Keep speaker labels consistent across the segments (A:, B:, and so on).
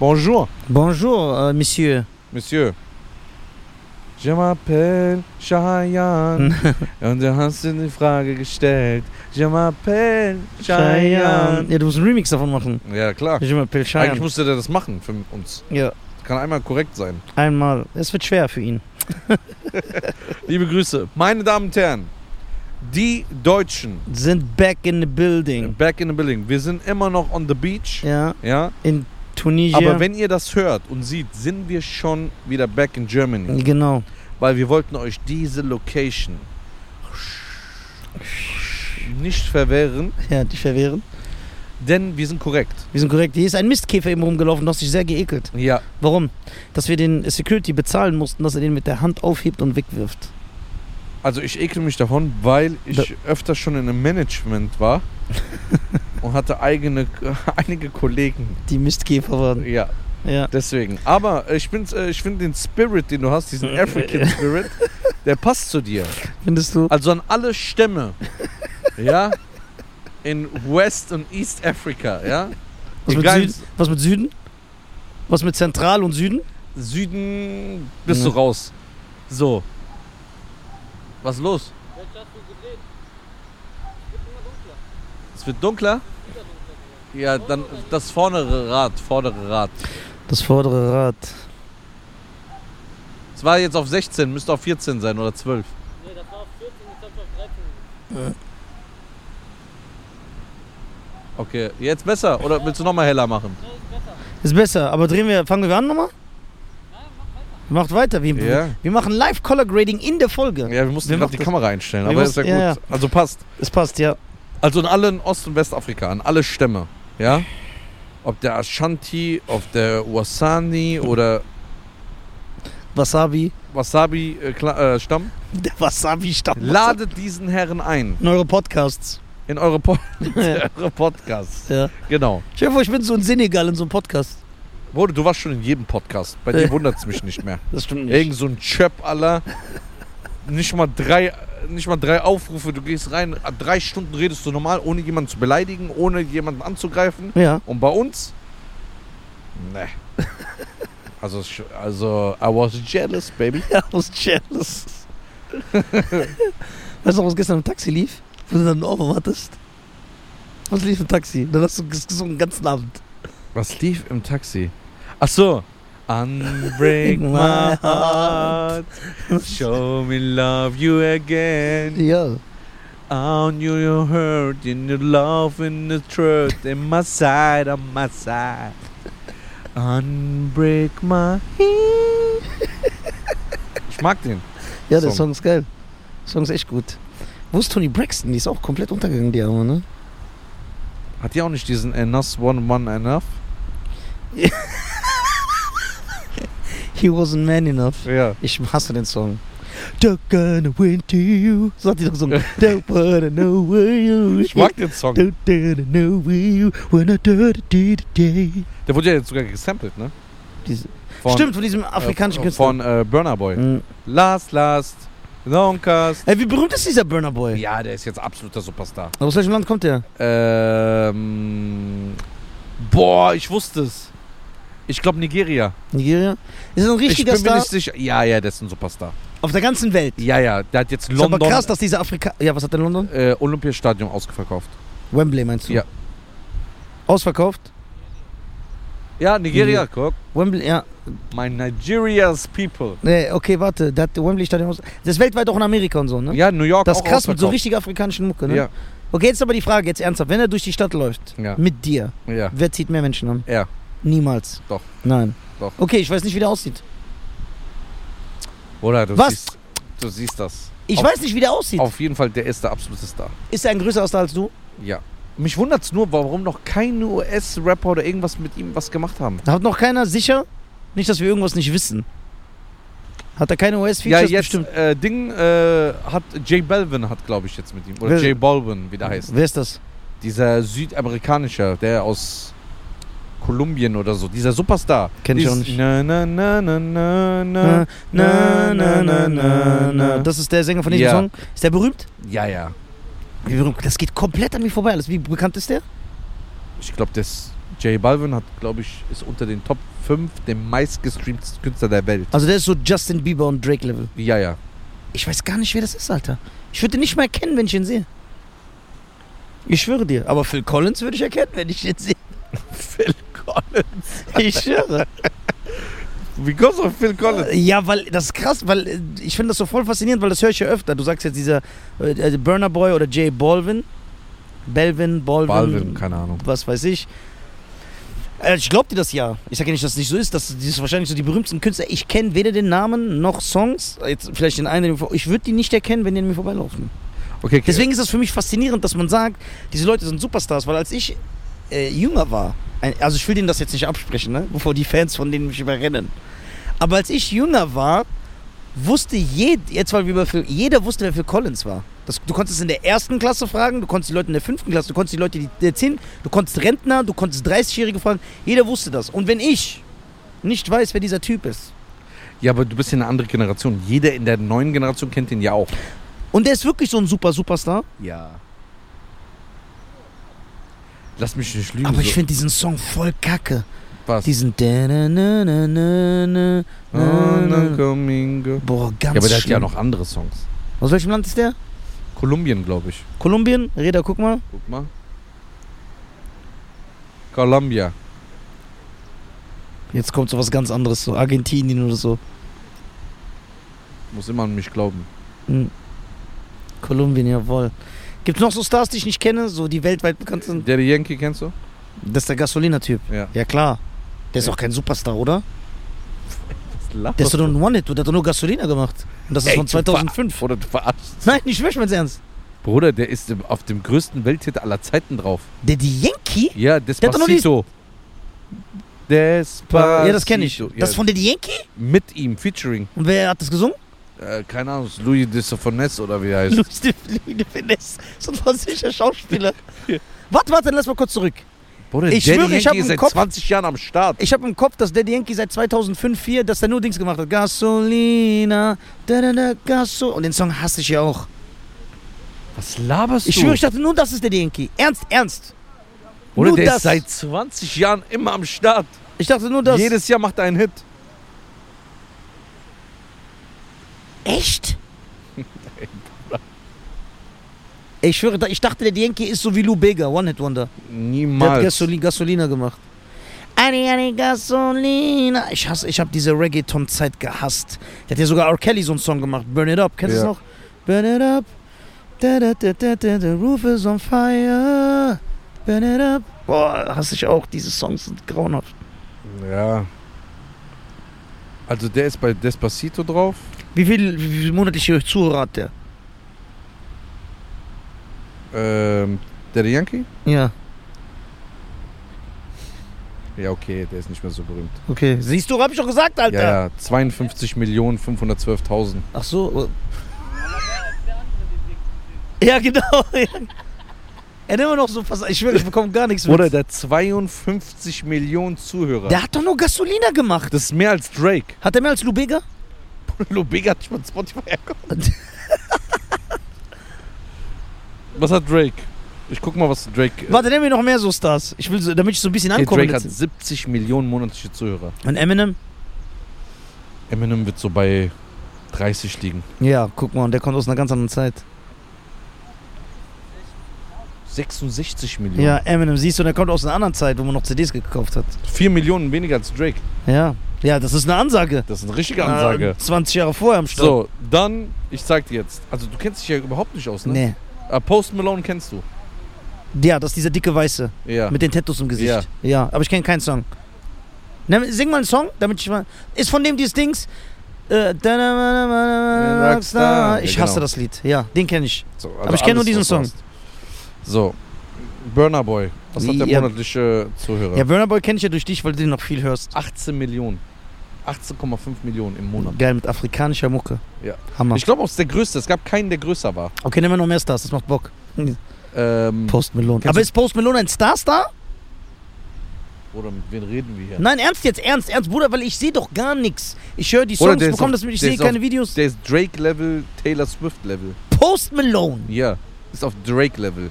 A: Bonjour,
B: Bonjour, äh, Monsieur.
A: Monsieur. Je m'appelle Cheyenne. und du hast du die Frage gestellt. Je m'appelle Cheyenne.
B: Ja, du musst einen Remix davon machen.
A: Ja, klar.
B: Ich immer Pil
A: Eigentlich
B: Cheyenne.
A: musste der das machen für uns.
B: Ja,
A: Kann einmal korrekt sein.
B: einmal. Es wird schwer für ihn.
A: Liebe Grüße. Meine Damen und Herren, die Deutschen.
B: Sind back in the building.
A: Back in the building. Wir sind immer noch on the beach.
B: Ja,
A: Ja.
B: in Tunesien.
A: Aber wenn ihr das hört und seht, sind wir schon wieder back in Germany.
B: Genau.
A: Weil wir wollten euch diese Location nicht verwehren,
B: Ja, dich verwehren.
A: denn wir sind korrekt.
B: Wir sind korrekt. Hier ist ein Mistkäfer eben rumgelaufen. Du hast dich sehr geekelt.
A: Ja.
B: Warum? Dass wir den Security bezahlen mussten, dass er den mit der Hand aufhebt und wegwirft.
A: Also ich ekel mich davon, weil ich
B: Da-
A: öfter schon in einem Management war und hatte eigene, einige Kollegen.
B: Die Mistkäfer waren.
A: Ja,
B: Ja.
A: deswegen. Aber ich, bin's, äh, ich finde den Spirit, den du hast, diesen African Spirit, der passt zu dir.
B: Findest du?
A: Also an alle Stämme, ja, in West und East Africa, ja.
B: Was mit,
A: Egal,
B: Süden? Was mit Süden? Was mit Zentral und Süden?
A: Süden bist du
B: Mhm.
A: raus. So. Was ist los? Es wird dunkler? Ja, dann das vordere Rad, vordere Rad.
B: Das vordere Rad.
A: Es war jetzt auf 16, müsste auf 14 sein oder 12.
C: Nee, das war auf 14, jetzt hab's auf 13.
A: Okay, jetzt besser oder willst du nochmal heller machen?
C: Nee, ist besser.
B: Ist besser, aber drehen wir, fangen wir an nochmal?
C: Nein, mach weiter.
B: Macht weiter. Wir,
A: Ja.
B: wir machen live Color Grading in der Folge.
A: Ja, wir mussten
B: Wir
A: gerade
B: machen
A: die
B: das.
A: Kamera einstellen,
B: Wir
A: aber ist ja
B: mussten-
A: gut.
B: ja,
A: Also passt.
B: Es passt, ja.
A: Also in allen Ost- und Westafrika, an alle Stämme, ja? Ob der Ashanti, ob der Wasani oder
B: Wasabi.
A: äh, Wasabi-Stamm.
B: Der Wasabi-Stamm.
A: Ladet diesen Herren ein
B: in eure Podcasts.
A: in eure, po
B: ja.
A: eure Podcasts.
B: Ja.
A: Genau.
B: Ich hoffe, ich bin so in Senegal in so einem Podcast.
A: Bruder, du warst schon in jedem Podcast. Bei dir wundert es mich nicht mehr.
B: Das stimmt
A: Irgend so ein Chöp aller. Nicht mal drei. Nicht mal drei Aufrufe, du gehst rein, drei Stunden redest du normal, ohne jemanden zu beleidigen, ohne jemanden anzugreifen.
B: Ja.
A: Und bei uns? Ne. Also, sch- also, I was jealous, baby.
B: Ja, aus Jealous. weißt du, noch, was gestern im Taxi lief? Wo du dann Ohrwurm hattest? Was lief im Taxi? Dann hast du ges- gesungen den ganzen Abend.
A: Was lief im Taxi? Ach so. Unbreak my heart. Show me love you again.
B: Ja.
A: I knew you hurt in the love and the truth in my side, on my side. Unbreak my heart. Ich mag den.
B: Ja, der
A: Song.
B: Song ist geil. Der Song ist echt gut. Wo ist Tony Braxton? Die ist auch komplett untergegangen, die Arme, ne?
A: Hat die auch nicht diesen Enough's One One Enough?
B: He wasn't man enough.
A: Ja.
B: Ich hasse den Song. They're gonna win to you. Sagt die doch so. Don't wanna know where you
A: Ich mag den Song.
B: Don't wanna know where you when I do the day to day.
A: Der wurde ja jetzt sogar gesampelt, ne?
B: Diese-
A: Von,
B: Stimmt, von diesem afrikanischen
A: äh,
B: Künstler.
A: Von äh, Burner Boy.
B: Mhm.
A: Last, last, Longcast.
B: Ey, wie berühmt ist dieser Burner Boy?
A: Ja, der ist jetzt absoluter Superstar.
B: Aus welchem Land kommt der?
A: Ähm, boah, ich wusste es. Ich glaube Nigeria.
B: Nigeria? Ist er ein
A: Ich
B: richtiger
A: bin mir
B: Star?
A: nicht sicher. Ja, ja, der ist ein Superstar.
B: Auf der ganzen Welt.
A: Ja, ja, der hat jetzt
B: Ist aber
A: London
B: krass, dass dieser Afrika. Ja, was hat der in London?
A: äh, Olympiastadion ausverkauft.
B: Wembley meinst du?
A: Ja.
B: Ausverkauft?
A: Ja, Nigeria,
B: Hm.
A: guck.
B: Wembley, ja.
A: My Nigeria's people.
B: Nee, okay, warte. Der hat Wembley Stadion. aus- Das ist weltweit auch in Amerika und so, ne?
A: Ja, New York
B: Das
A: auch
B: ist krass mit so
A: ausverkauft.
B: richtig afrikanischen Mucke, ne?
A: Ja,
B: Okay, jetzt aber die Frage, jetzt ernsthaft. Wenn er durch die Stadt läuft,
A: Ja.
B: mit dir,
A: ja.
B: wer zieht mehr Menschen an?
A: Er.
B: Niemals.
A: Doch.
B: Nein.
A: Doch.
B: Okay, ich weiß nicht, wie der aussieht.
A: Oder du
B: Was?
A: siehst, du siehst das.
B: Ich
A: Auf-
B: weiß nicht, wie der aussieht.
A: Auf jeden Fall, der ist der absolute Star.
B: Ist er ein größerer Star als du?
A: Ja. Mich wundert's nur, warum noch keine US-Rapper oder irgendwas mit ihm was gemacht haben.
B: Da hat noch keiner sicher, nicht, dass wir irgendwas nicht wissen. Hat er keine
A: Ja,
B: US-Features?
A: jetzt
B: Bestimmt.
A: äh, Ding äh, hat J Balvin hat glaube ich jetzt mit ihm oder
B: Wer-
A: J Balvin, wie der heißt.
B: Wer ist das?
A: Dieser südamerikanische, der aus Kolumbien oder so, dieser Superstar.
B: Kenn ich
A: Dieses
B: auch nicht.
A: Na na na na na na.
B: Na, na, na, na, na, na. Das ist der Sänger von diesem
A: Ja.
B: Song. Ist der berühmt?
A: Ja, ja.
B: Wie berühmt? Das geht komplett an mir vorbei. Alles. Wie bekannt ist der?
A: Ich glaube, das J Balvin hat, glaube ich, ist unter den Top 5 der meistgestreamtesten Künstler der Welt.
B: Also der ist so Justin Bieber und Drake Level.
A: Ja, ja.
B: Ich weiß gar nicht, wer das ist, Alter. Ich würde ihn nicht mal erkennen, wenn ich ihn sehe. Ich schwöre dir. Aber Phil Collins würde ich erkennen, wenn ich ihn sehe.
A: Phil Collins.
B: Ich schwöre.
A: Wie kommst du auf Phil Collins?
B: ja, weil das ist krass, weil äh, ich finde das so voll faszinierend, weil das höre ich ja öfter. Du sagst jetzt dieser äh, äh, Burner Boy oder Jay Balvin. Belvin, Balvin,
A: Balvin, keine Ahnung.
B: was weiß ich. Äh, Ich glaube dir das ja. Ich sage ja nicht, dass es nicht so ist. Das ist wahrscheinlich so die berühmtesten Künstler. Ich kenne weder den Namen noch Songs. Äh, Jetzt vielleicht den einen, den mir vor- ich würde die nicht erkennen, wenn die an mir vorbeilaufen.
A: Okay, okay.
B: Deswegen ist das für mich faszinierend, dass man sagt, diese Leute sind Superstars, weil als ich äh, jünger war, ein, also ich will denen das jetzt nicht absprechen, ne? bevor die Fans von denen mich überrennen. Aber als ich jünger war, wusste jed, jetzt weil wir über Phil, jeder wusste, wer Phil Collins war. Das, du konntest in der ersten Klasse fragen, du konntest die Leute in der fünften Klasse, du konntest die Leute in der zehnten, du konntest Rentner, du konntest 30-Jährige fragen, jeder wusste das. Und wenn ich nicht weiß, wer dieser Typ ist,
A: Ja, aber du bist ja eine andere Generation. Jeder in der neuen Generation kennt ihn ja auch.
B: und der ist wirklich so ein super Superstar,
A: Ja. Lass mich nicht lügen.
B: aber ich
A: so.
B: finde diesen Song voll kacke.
A: was.
B: Diesen. da- na- na- na- na- na-
A: Oh,
B: na- na-
A: Domingo.
B: Boah, ganz
A: Ja, aber der hat
B: schlimm.
A: ja noch andere Songs.
B: Aus welchem Land ist der?
A: Kolumbien, glaube ich.
B: Kolumbien? Reda, guck mal.
A: Guck mal. Columbia.
B: Jetzt kommt so was ganz anderes, so Argentinien oder so.
A: Muss immer an mich glauben.
B: Hm. Kolumbien, jawohl. Gibt's noch so Stars, die ich nicht kenne, so die weltweit bekannt sind?
A: Daddy Yankee kennst du?
B: Das ist der Gasolina-Typ.
A: Ja.
B: Ja, klar. Der ist auch kein Superstar, oder? Der ist
A: Das
B: doch nur ein One-Hit, der hat doch nur Gasolina gemacht. Und das ist
A: Ey,
B: von
A: du
B: 2005.
A: Oder du verarschst.
B: Nein, ich schwör's mir's ernst.
A: Bruder, der ist im- auf dem größten Welthit aller Zeiten drauf.
B: Der die Yankee?
A: Ja,
B: hat doch noch
A: Despacito. Despacito.
B: Ja, das kenne ich.
A: Ja,
B: Das ist von der die Yankee?
A: mit ihm, featuring.
B: Und wer hat das gesungen?
A: Äh, keine Ahnung, ist Louis de Sofones oder wie er heißt.
B: Louis de, Louis de Finesse, so ein französischer Schauspieler. Warte, warte, lass mal kurz zurück.
A: Bruder,
B: Ich
A: Daddy
B: schwöre, ich hab
A: Yankee ist
B: im
A: seit
B: Kopf-
A: 20 Jahren am Start.
B: Ich habe im Kopf, dass Daddy Yankee seit 2005, 4, dass der nur Dings gemacht hat. Gasolina, da da da, Gasol. Und den Song hasse ich ja auch.
A: Was laberst
B: Ich schwöre, ich dachte nur, das ist Daddy Yankee. Ernst, ernst.
A: Bruder,
B: nur
A: der
B: das.
A: ist seit 20 Jahren immer am Start.
B: Ich dachte nur das.
A: Jedes Jahr macht er einen Hit.
B: Echt? Ich schwöre, da- ich dachte, der Yankee ist so wie Lou Bega, One Hit Wonder. Der hat
A: Niemals.
B: Gasoli, Gasolina gemacht. Ani, ani, Gasolina. Ich hasse, ich habe diese Reggaeton-Zeit gehasst. Der hat ja sogar R. Kelly so einen Song gemacht, Burn It Up. Kennst du
A: Ja.
B: es noch? Burn It Up. Da, da, da, da, da, the roof is on fire. Burn It Up. Boah, hasse ich auch. Diese Songs sind grauenhaft.
A: Ja. Also der ist bei Despacito drauf.
B: Wie viel, wie viel monatliche Zuhörer hat der?
A: Ähm, Daddy Yankee?
B: Ja,
A: Ja, okay, der ist nicht mehr so berühmt.
B: okay. Siehst du, hab ich doch gesagt, Alter.
A: Ja, ja, 52.512.000.
B: Ach so. Ja, genau. Ja. Er hat immer noch so fast. Ich schwöre, ich bekomme gar nichts mit.
A: Oder der 52 Millionen Zuhörer.
B: Der hat doch nur Gasolina gemacht.
A: das ist mehr als Drake.
B: Hat er mehr als Lubega?
A: Lubega hat nicht von Spotify herkommen. was hat Drake? Ich guck mal, was Drake.
B: Warte, nehmen wir noch mehr so Stars. Ich will, so, damit ich so ein bisschen
A: Ey,
B: ankomme.
A: Drake hat
B: letztens.
A: 70 Millionen monatliche Zuhörer.
B: Und Eminem?
A: Eminem wird so bei 30 liegen.
B: Ja, guck mal, und der kommt aus einer ganz anderen Zeit.
A: 66 Millionen.
B: Ja, Eminem, siehst du, der kommt aus einer anderen Zeit, wo man noch CDs gekauft hat.
A: 4 Millionen weniger als Drake.
B: Ja. Ja, das ist eine Ansage.
A: Das ist eine richtige Ansage.
B: Äh, 20 Jahre vorher am Start.
A: so, dann, ich sag dir jetzt. Also, du kennst dich ja überhaupt nicht aus, ne?
B: Nee.
A: Ah, Post Malone kennst du.
B: Ja, das ist dieser dicke Weiße
A: Ja.
B: mit den Tattoos im Gesicht. Ja. aber ich kenne keinen Song. Na, sing mal einen Song, damit ich mal. Ist von dem dieses Dings. Äh,
A: Rockstar.
B: ich
A: Ja,
B: hasse
A: genau.
B: das Lied. Ja, den kenne ich.
A: So, also
B: Aber ich kenn nur
A: alles,
B: diesen
A: was
B: Song.
A: passt. So, Burner Boy. Was hat der
B: Ja.
A: monatliche Zuhörer?
B: Ja, Burner Boy kenne ich ja durch dich, weil du den noch viel hörst.
A: 18 Millionen. 18,5 Millionen im Monat.
B: Geil, mit afrikanischer Mucke.
A: Ja.
B: Hammer.
A: Ich glaube, es ist der größte. Es gab keinen, der größer war.
B: Okay, nehmen wir noch mehr Stars, das macht Bock.
A: Ähm,
B: Post Malone.
A: Kennst
B: Aber
A: du-
B: ist Post Malone ein Star-Star?
A: Oder mit wem reden wir hier?
B: Nein, ernst jetzt, ernst, ernst, Bruder, weil ich sehe doch gar nichts. Ich höre die
A: Oder
B: Songs,
A: der ist
B: bekomme
A: auf-
B: das mit, ich
A: der
B: sehe
A: ist auf-
B: keine Videos.
A: Der ist Drake-Level, Taylor Swift-Level.
B: Post Malone.
A: Ja, ist auf Drake-Level.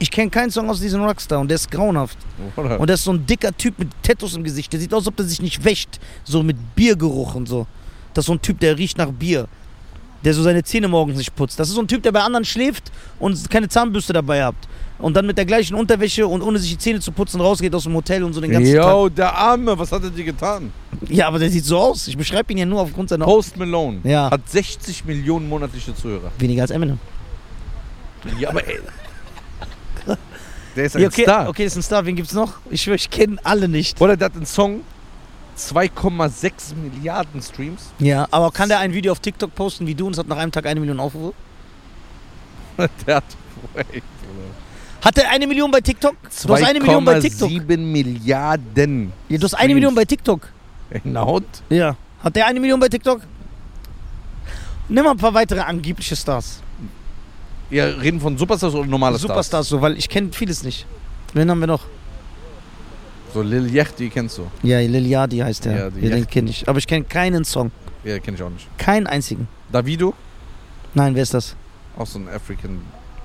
B: Ich kenne keinen Song aus diesem Rockstar und der ist grauenhaft.
A: Oder?
B: Und das ist so ein dicker Typ mit Tattoos im Gesicht. Der sieht aus, als ob der sich nicht wäscht. So mit Biergeruch und so. Das ist so ein Typ, der riecht nach Bier. Der so seine Zähne morgens nicht putzt. Das ist so ein Typ, der bei anderen schläft und keine Zahnbürste dabei hat. Und dann mit der gleichen Unterwäsche und ohne sich die Zähne zu putzen rausgeht aus dem Hotel und so den ganzen Tag.
A: Yo, der Arme, was hat er dir getan?
B: Ja, aber der sieht so aus. Ich beschreibe ihn ja nur aufgrund seiner.
A: Post Malone
B: Ja.
A: hat 60 Millionen monatliche Zuhörer.
B: Weniger als Eminem.
A: Ja, aber ey. Der ist ein
B: Ja, okay,
A: Star.
B: okay, ist ein Star. Wen gibt's noch? Ich schwöre, ich kenne alle nicht.
A: Oder der hat einen Song, 2,6 Milliarden Streams.
B: Ja, aber kann der ein Video auf TikTok posten wie du und es hat nach einem Tag eine Million Aufrufe?
A: Der hat
B: Hat der eine Million bei TikTok? Du hast eine Million bei TikTok.
A: 2,7 Milliarden.
B: Ja, du hast eine Million bei TikTok.
A: In der Haut?
B: Ja. Hat der eine Million bei TikTok? Nimm mal ein paar weitere angebliche Stars.
A: Ja, reden von Superstars oder normale Stars?
B: Superstars so, weil ich kenne vieles nicht. Wen haben wir noch?
A: So Lil Yachty kennst du.
B: Ja, Lil Yadi heißt der.
A: Ja,
B: Ja,
A: die
B: den
A: Yacht.
B: kenne ich. Aber ich kenne keinen Song.
A: Ja, kenn ich auch nicht.
B: Keinen einzigen.
A: Davido,
B: Nein, wer ist das?
A: auch so ein African.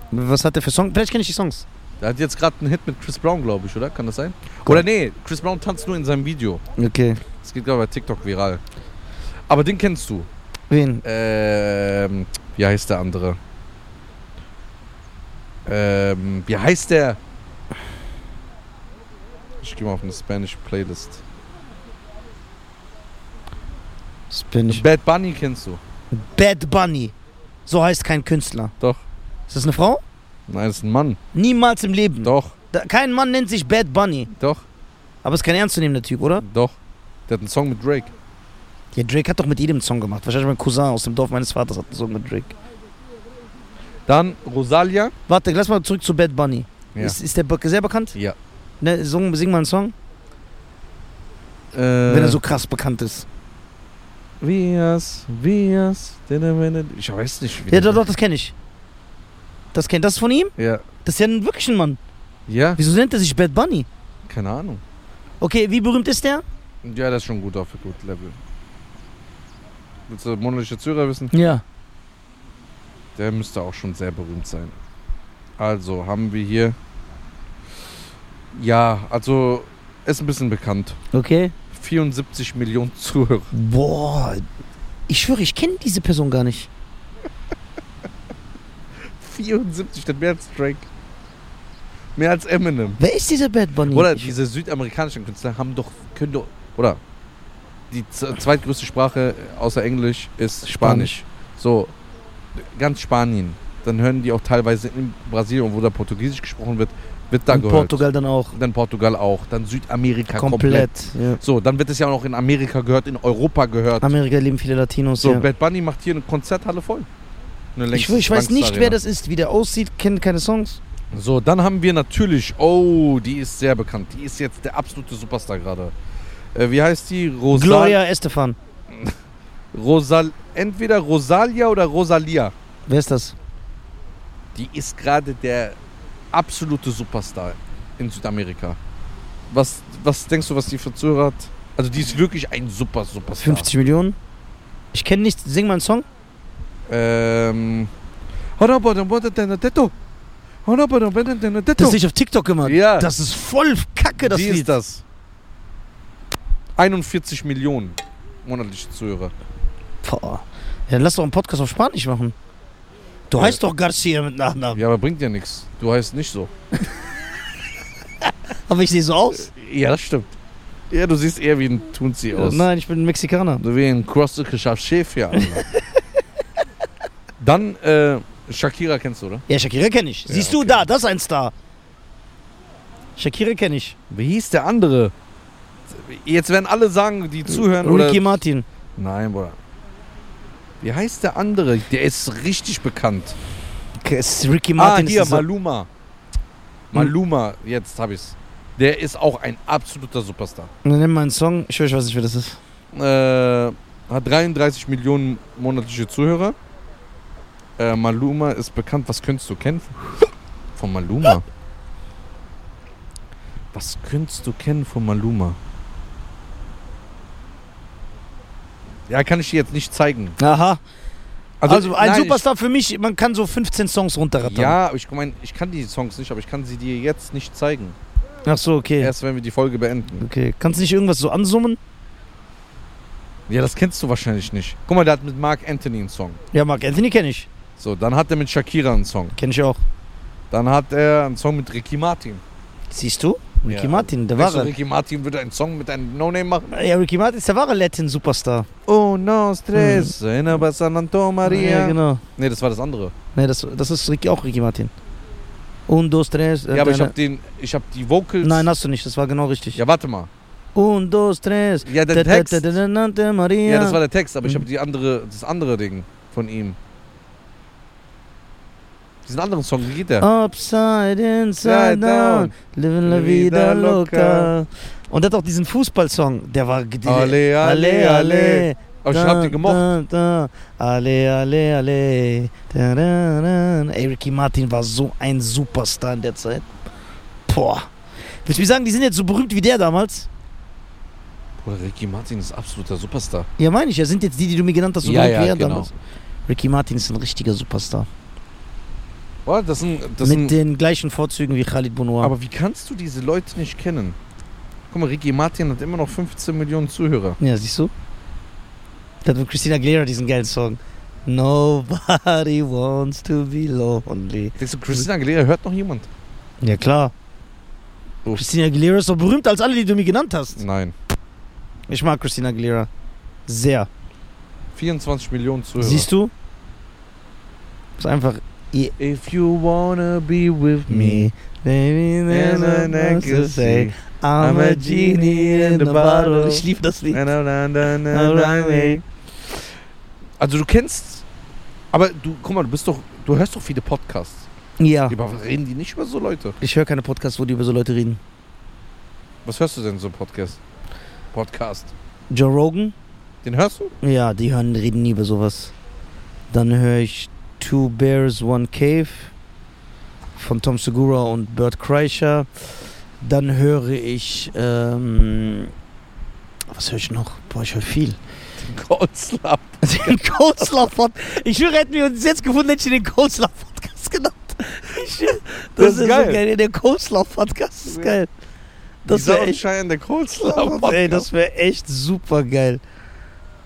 B: Was hat der für Song? Vielleicht kenne ich die Songs.
A: Der hat jetzt gerade einen Hit mit Chris Brown, glaube ich, oder? Kann das sein?
B: Cool.
A: Oder nee, Chris Brown tanzt nur in seinem Video.
B: Okay.
A: Das geht, glaube ich, bei TikTok viral. Aber den kennst du.
B: Wen?
A: Ähm, wie heißt der andere? Ähm, wie heißt der? Ich gehe mal auf eine Spanish Playlist.
B: Spanish.
A: Bad Bunny kennst du.
B: Bad Bunny. So heißt kein Künstler.
A: Doch.
B: Ist das eine Frau?
A: Nein, das ist ein Mann.
B: Niemals im Leben.
A: Doch,
B: Da, kein Mann nennt sich Bad Bunny.
A: doch,
B: Aber ist kein ernstzunehmender Typ, oder?
A: doch. Der hat einen Song mit Drake.
B: Ja, Drake hat doch mit jedem einen Song gemacht. Wahrscheinlich mein Cousin aus dem Dorf meines Vaters hat einen Song mit Drake.
A: Dann Rosalia.
B: Warte, lass mal zurück zu Bad Bunny.
A: Ja.
B: Ist, ist der be- sehr bekannt?
A: Ja.
B: Ne, sing, sing mal einen Song,
A: Äh,
B: wenn er so krass bekannt ist.
A: Vias, Vias. Ich weiß nicht, wie
B: Ja,
A: der-
B: doch, doch das kenne ich. Das kennt das ist von ihm?
A: Ja.
B: Das ist ja ein, wirklich ein Mann.
A: Ja,
B: Wieso nennt er sich Bad Bunny?
A: keine Ahnung.
B: Okay, wie berühmt ist der?
A: Ja, das ist schon gut auf gut Level. Willst du monatliche Zürer wissen?
B: Ja.
A: Der müsste auch schon sehr berühmt sein. Also haben wir hier. Ja, also ist ein bisschen bekannt.
B: Okay.
A: 74 Millionen Zuhörer.
B: Boah. Ich schwöre, ich kenne diese Person gar nicht.
A: 74, das mehr als Drake. Mehr als Eminem.
B: Wer ist dieser Bad Bunny?
A: Oder
B: Hm, ich,
A: diese südamerikanischen Künstler haben doch, können doch, oder? Die z- zweitgrößte Sprache äh, außer Englisch ist Spanisch. So, ganz Spanien. Dann hören die auch teilweise in Brasilien, wo da Portugiesisch gesprochen wird, wird da
B: in
A: gehört.
B: Portugal dann auch.
A: dann Portugal auch, dann Südamerika komplett.
B: Komplett. Ja.
A: So, dann wird es ja auch in Amerika gehört, in Europa gehört.
B: Amerika leben viele Latinos.
A: so,
B: ja.
A: Bad Bunny macht hier eine Konzerthalle voll. Eine
B: Ich,
A: längste
B: ich weiß nicht, wer
A: Bankstarena.
B: das ist, wie der aussieht, kennt keine Songs.
A: So, dann haben wir natürlich. Oh, die ist sehr bekannt. Die ist jetzt der absolute Superstar gerade. Äh, wie heißt die? Rosal
B: Gloria Estefan.
A: Rosal Entweder Rosalia oder Rosalia.
B: Wer ist das?
A: Die ist gerade der absolute Superstar in Südamerika. Was, was denkst du, was die für Zuhörer hat? Also, die ist wirklich ein super Superstar.
B: 50 Millionen? Ich kenne nichts. Sing mal einen Song.
A: Ähm. Das
B: Das ist nicht auf TikTok gemacht.
A: Ja.
B: Das ist voll kacke, das
A: die
B: Lied.
A: ist das. 41 Millionen monatliche Zuhörer.
B: Boah. Ja, dann lass doch einen Podcast auf Spanisch machen. Du
A: Ja.
B: heißt doch Garcia mit Nachnamen.
A: Ja, aber bringt ja nichts. Du heißt nicht so.
B: Aber ich sehe so aus.
A: Ja, das stimmt. Ja, du siehst eher wie ein Tunzi aus.
B: Nein, ich bin Mexikaner.
A: So wie ein kroatischer Chef hier. Alter. Dann, äh, Shakira kennst du, oder?
B: Ja, Shakira kenne ich.
A: Ja,
B: Siehst du da, das ist ein Star. Shakira kenne ich.
A: Wie hieß der andere? Äh, Jetzt werden alle sagen, die zuhören oder.
B: Ricky Martin.
A: Nein, Bruder. Wie heißt der andere? Der ist richtig bekannt.
B: Okay, es ist Ricky Martin
A: ah, hier,
B: ist dieser-
A: Maluma. Maluma, jetzt hab ich's. Der ist auch ein absoluter Superstar.
B: Dann nimm mal einen Song. Ich schwöre, ich weiß nicht, wer das ist.
A: Äh, hat 33 Millionen monatliche Zuhörer. Äh, Maluma ist bekannt. Was könntest du kennen? Von Maluma. Was könntest du kennen von Maluma? Ja, kann ich dir jetzt nicht zeigen.
B: Aha. Also, ein
A: nein,
B: Superstar für mich, man kann so 15 Songs
A: Ich,
B: runterrattern.
A: ja, aber ich meine, ich kann die Songs nicht, aber ich kann sie dir jetzt nicht zeigen.
B: Ach so, okay.
A: Erst wenn wir die Folge beenden.
B: Okay, kannst du nicht irgendwas so ansummen?
A: Ja, das kennst du wahrscheinlich nicht. Guck mal, der hat mit Mark Anthony einen Song.
B: Ja, Mark Anthony kenne ich.
A: So, dann hat er mit Shakira einen Song.
B: Kenne ich auch.
A: Dann hat er einen Song mit Ricky Martin.
B: Siehst du? Ricky
A: Ja.
B: Martin, der
A: Denkst du,
B: wahre.
A: Ricky Martin würde einen Song mit einem No-Name machen?
B: Ja, Ricky Martin ist der wahre Latin-Superstar.
A: Oh, no stress, mhm. aber San Antonio Maria.
B: Hm. Ja, genau.
A: Nee, das war das andere.
B: Ne, das, das ist Ricky, auch Ricky Martin. Un, dos, tres. äh,
A: Ja, aber ich
B: deine-
A: hab den, ich hab die Vocals.
B: Nein, hast du nicht, das war genau richtig.
A: Ja, warte mal.
B: Un, dos, tres.
A: Ja, der
B: Da, da,
A: Text.
B: da, da, da, da, Maria.
A: Ja, das war der Text, aber ich
B: Mhm.
A: habe die andere, das andere Ding von ihm. Diesen anderen Song, wie geht der?
B: Upside, inside,
A: Side down.
B: down, living la vida loca. Und er hat auch diesen Fußballsong, der war...
A: Alle, alle, alle. Aber ich hab den gemocht.
B: Da, da, alle, alle, alle. Da, da, da. Ey, Ricky Martin war so ein Superstar in der Zeit. Boah. Willst du mir sagen, die sind jetzt so berühmt wie der damals?
A: Bruder, Ricky Martin ist absoluter Superstar.
B: Ja, meine ich. Ja, sind jetzt die, die du mir genannt hast, so
A: Ja,
B: berühmt
A: ja,
B: wie er
A: genau.
B: damals? Ricky Martin ist ein richtiger Superstar.
A: Boah, das sind, das
B: Mit
A: sind,
B: den gleichen Vorzügen wie Khalid Bonoir.
A: aber wie kannst du diese Leute nicht kennen? Guck mal, Ricky Martin hat immer noch 15 Millionen Zuhörer.
B: Ja, siehst du? Der hat mit Christina Aguilera diesen geilen Song. Nobody wants to be lonely.
A: Denkst du, Christina Aguilera hört noch jemand?
B: Ja, klar.
A: Oh.
B: Christina Aguilera ist doch berühmter als alle, die du mir genannt hast.
A: Nein.
B: Ich mag Christina Aguilera. Sehr.
A: 24 Millionen Zuhörer.
B: Siehst du? Ist einfach
A: If you wanna be with me,
B: me. Baby, there's
A: and an
B: nothing to say.
A: ecstasy.
B: I'm a genie in the bottle. Ich liebe das Lied.
A: Na, na, na, na, na, na, na. Also du kennst, aber du, guck mal, du bist doch, du hörst doch viele Podcasts.
B: Ja.
A: Aber reden die nicht über so Leute?
B: Ich höre keine Podcasts, wo die über so Leute reden.
A: Was hörst du denn so Podcast? Podcast.
B: Joe Rogan?
A: Den hörst du?
B: Ja, die hören, reden nie über sowas. Dann höre ich Two Bears, One Cave von Tom Segura und Bert Kreischer. Dann höre ich, ähm, was höre ich noch? Boah, ich höre viel. Also
A: Goldslap.
B: Den Coastlaw von, ich höre, hätten wir uns jetzt gefunden, hätte ich den Coastlaw Podcast genannt. Ich, schwöre,
A: Das ist geil.
B: So geil. Der Coastlaw Podcast ist geil. Das wäre echt,
A: Sonnenschein der Goldslap.
B: ey, das wäre echt super geil.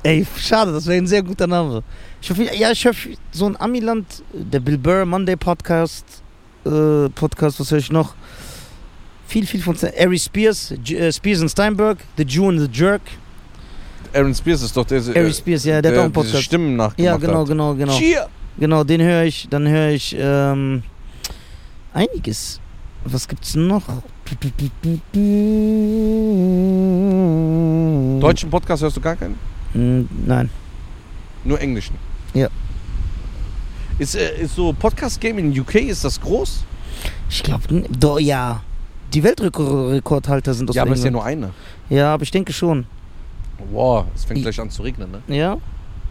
B: Ey, schade, das wäre ein sehr guter Name. Ich hoffe, ja, ich hoffe, so ein Amiland, der Bill Burr Monday Podcast, äh, Podcast, was höre ich noch? Viel, viel von Stan- Ari Spears, J äh, Spears and Steinberg, The Jew and the Jerk.
A: Aaron Spears ist doch der,
B: Ari Spears, ja, Äh, der hat auch einen
A: diese
B: Podcast.
A: Stimmen nachgemacht
B: Ja, genau,
A: hat.
B: genau, genau.
A: Cheer.
B: Genau, den höre ich. Dann höre ich ähm, einiges. Was gibt's noch? Deutsch?
A: Deutschen Podcast hörst du gar keinen?
B: Hm, Nein.
A: Nur englischen?
B: Ja.
A: Ist, äh, ist so Podcast-Game in UK, ist das groß?
B: Ich glaube, do, ja. Die Weltrekordhalter sind aus
A: ja, aber ist ja
B: England.
A: nur eine.
B: ja, aber ich denke schon.
A: Wow, es fängt
B: I-
A: gleich an zu regnen, ne?
B: Ja.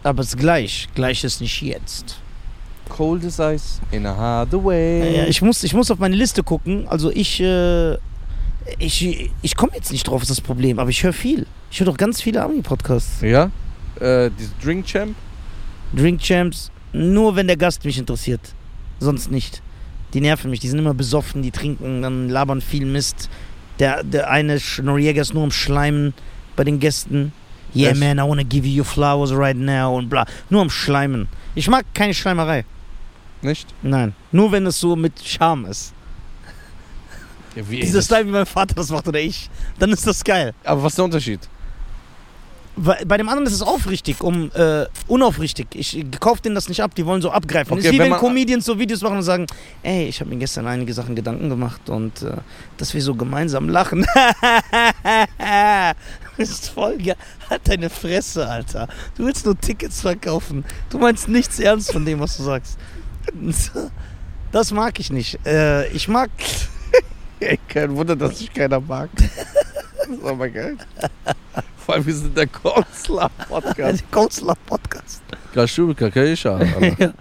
B: Aber es ist gleich. Gleich ist nicht jetzt.
A: Cold as ice in a hard way.
B: Ja, ich, muss, ich muss auf meine Liste gucken. Also ich, äh, ich, ich komme jetzt nicht drauf, ist das Problem. Aber ich höre viel. Ich höre doch ganz viele Ami-Podcasts.
A: Ja? Äh, dieses Drink Champ?
B: Drink Champs, nur wenn der Gast mich interessiert. Sonst nicht. Die nerven mich, die sind immer besoffen, die trinken, dann labern viel Mist. Der, der eine Sch- Noriega ist nur am Schleimen bei den Gästen. Yeah,
A: Echt?
B: man, I wanna give you your flowers right now und bla. Nur am Schleimen. Ich mag keine Schleimerei.
A: Nicht?
B: Nein. Nur wenn es so mit Charme ist.
A: Ja, wie
B: Dieser Style, wie mein Vater das macht oder ich. Dann ist das geil.
A: Aber was ist der Unterschied?
B: Bei bei dem anderen ist es aufrichtig, um äh, unaufrichtig. Ich kauf denen das nicht ab, die wollen so abgreifen.
A: Okay,
B: ist wie
A: wenn
B: wenn,
A: man-
B: Comedians so Videos machen und sagen, ey, ich habe mir gestern einige Sachen Gedanken gemacht und äh, dass wir so gemeinsam lachen. ist voll geil. Halt deine Fresse, Alter. Du willst nur Tickets verkaufen. Du meinst nichts ernst von dem, was du sagst. Das mag ich nicht. Äh, ich mag
A: Ey, kein Wunder, dass sich keiner mag. das
B: Oh
A: ist aber geil. Vor allem, wir sind der Cold-Slap-Podcast.
B: den Counselor-Podcast.
A: Gashubika Keisha.
B: ja.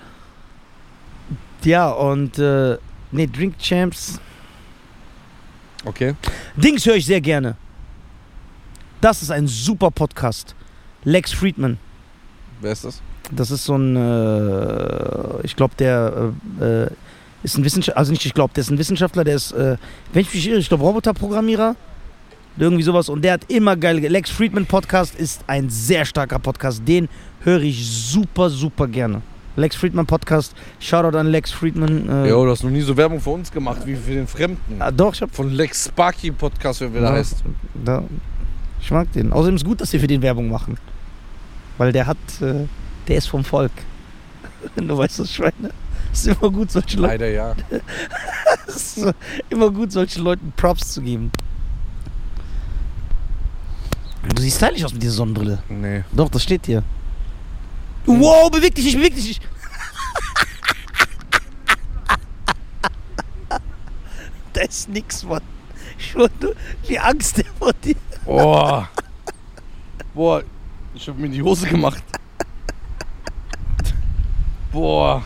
B: ja, und äh, nee, Drink Champs.
A: Okay.
B: Dings höre ich sehr gerne. Das ist ein super Podcast. Lex Friedman.
A: Wer ist das?
B: Das ist so ein, äh, ich glaube, der äh, äh, ist ein Wissenschaftler, also nicht, ich glaube, der ist ein Wissenschaftler, der ist, äh, wenn ich mich nicht irre, ich glaube, Roboterprogrammierer. Irgendwie sowas. Und der hat immer geil. ge- Lex Friedman Podcast ist ein sehr starker Podcast. Den höre ich super, super gerne. Lex Friedman Podcast. Shoutout an Lex Friedman. Äh,
A: Jo, du hast noch nie so Werbung für uns gemacht wie für den Fremden.
B: ah, doch, ich hab.
A: Von Lex Sparky Podcast, wie er
B: Ja.
A: da heißt.
B: Da, ich mag den. Außerdem ist gut, dass wir für den Werbung machen. Weil der hat, äh, der ist vom Volk. du weißt das, Schweine. Ist immer gut, solchen Leuten,
A: Leider ja.
B: ist immer gut, solchen Leuten Props zu geben. Du siehst stylisch aus mit dieser Sonnenbrille.
A: Nee.
B: Doch, das steht hier. Wow, beweg dich nicht, beweg dich nicht. da ist nix, Mann. Ich wurde, wie Angst der vor dir.
A: Boah. Boah, ich hab mir die Hose gemacht. Boah.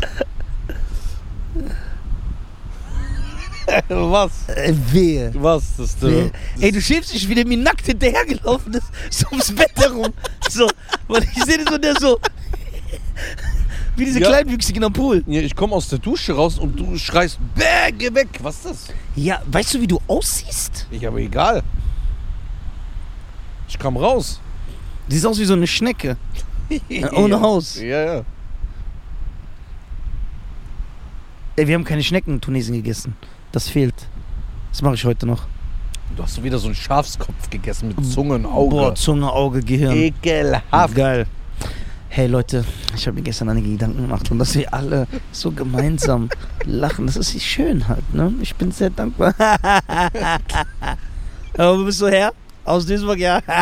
A: Was?
B: Äh, wehe.
A: Was? Das ist
B: Wehe.
A: der,
B: Ey, du schämst dich, wie der mir nackt hinterhergelaufen ist, so ums Bett herum. So, weil ich sehe so, der so. Wie diese
A: Ja.
B: Kleinwüchsigen am Pool.
A: ja, ich komme aus der Dusche raus und du schreist, "Bäh, geh weg. Was ist das?
B: Ja, weißt du, wie du aussiehst?
A: Ich habe egal. Ich kam raus.
B: Du siehst aus wie so eine Schnecke. ohne Haus.
A: Ja, ja.
B: Ey, wir haben keine Schnecken in Tunesien gegessen. Das fehlt. Das mache ich heute noch.
A: Du hast wieder so einen Schafskopf gegessen mit Zunge und Auge.
B: Boah, Zunge, Auge, Gehirn.
A: Ekelhaft.
B: Geil. Hey Leute, ich habe mir gestern einige Gedanken gemacht und dass wir alle so gemeinsam lachen, das ist schön halt, ne? Ich bin sehr dankbar. Aber wo bist du her? Aus Duisburg, ja.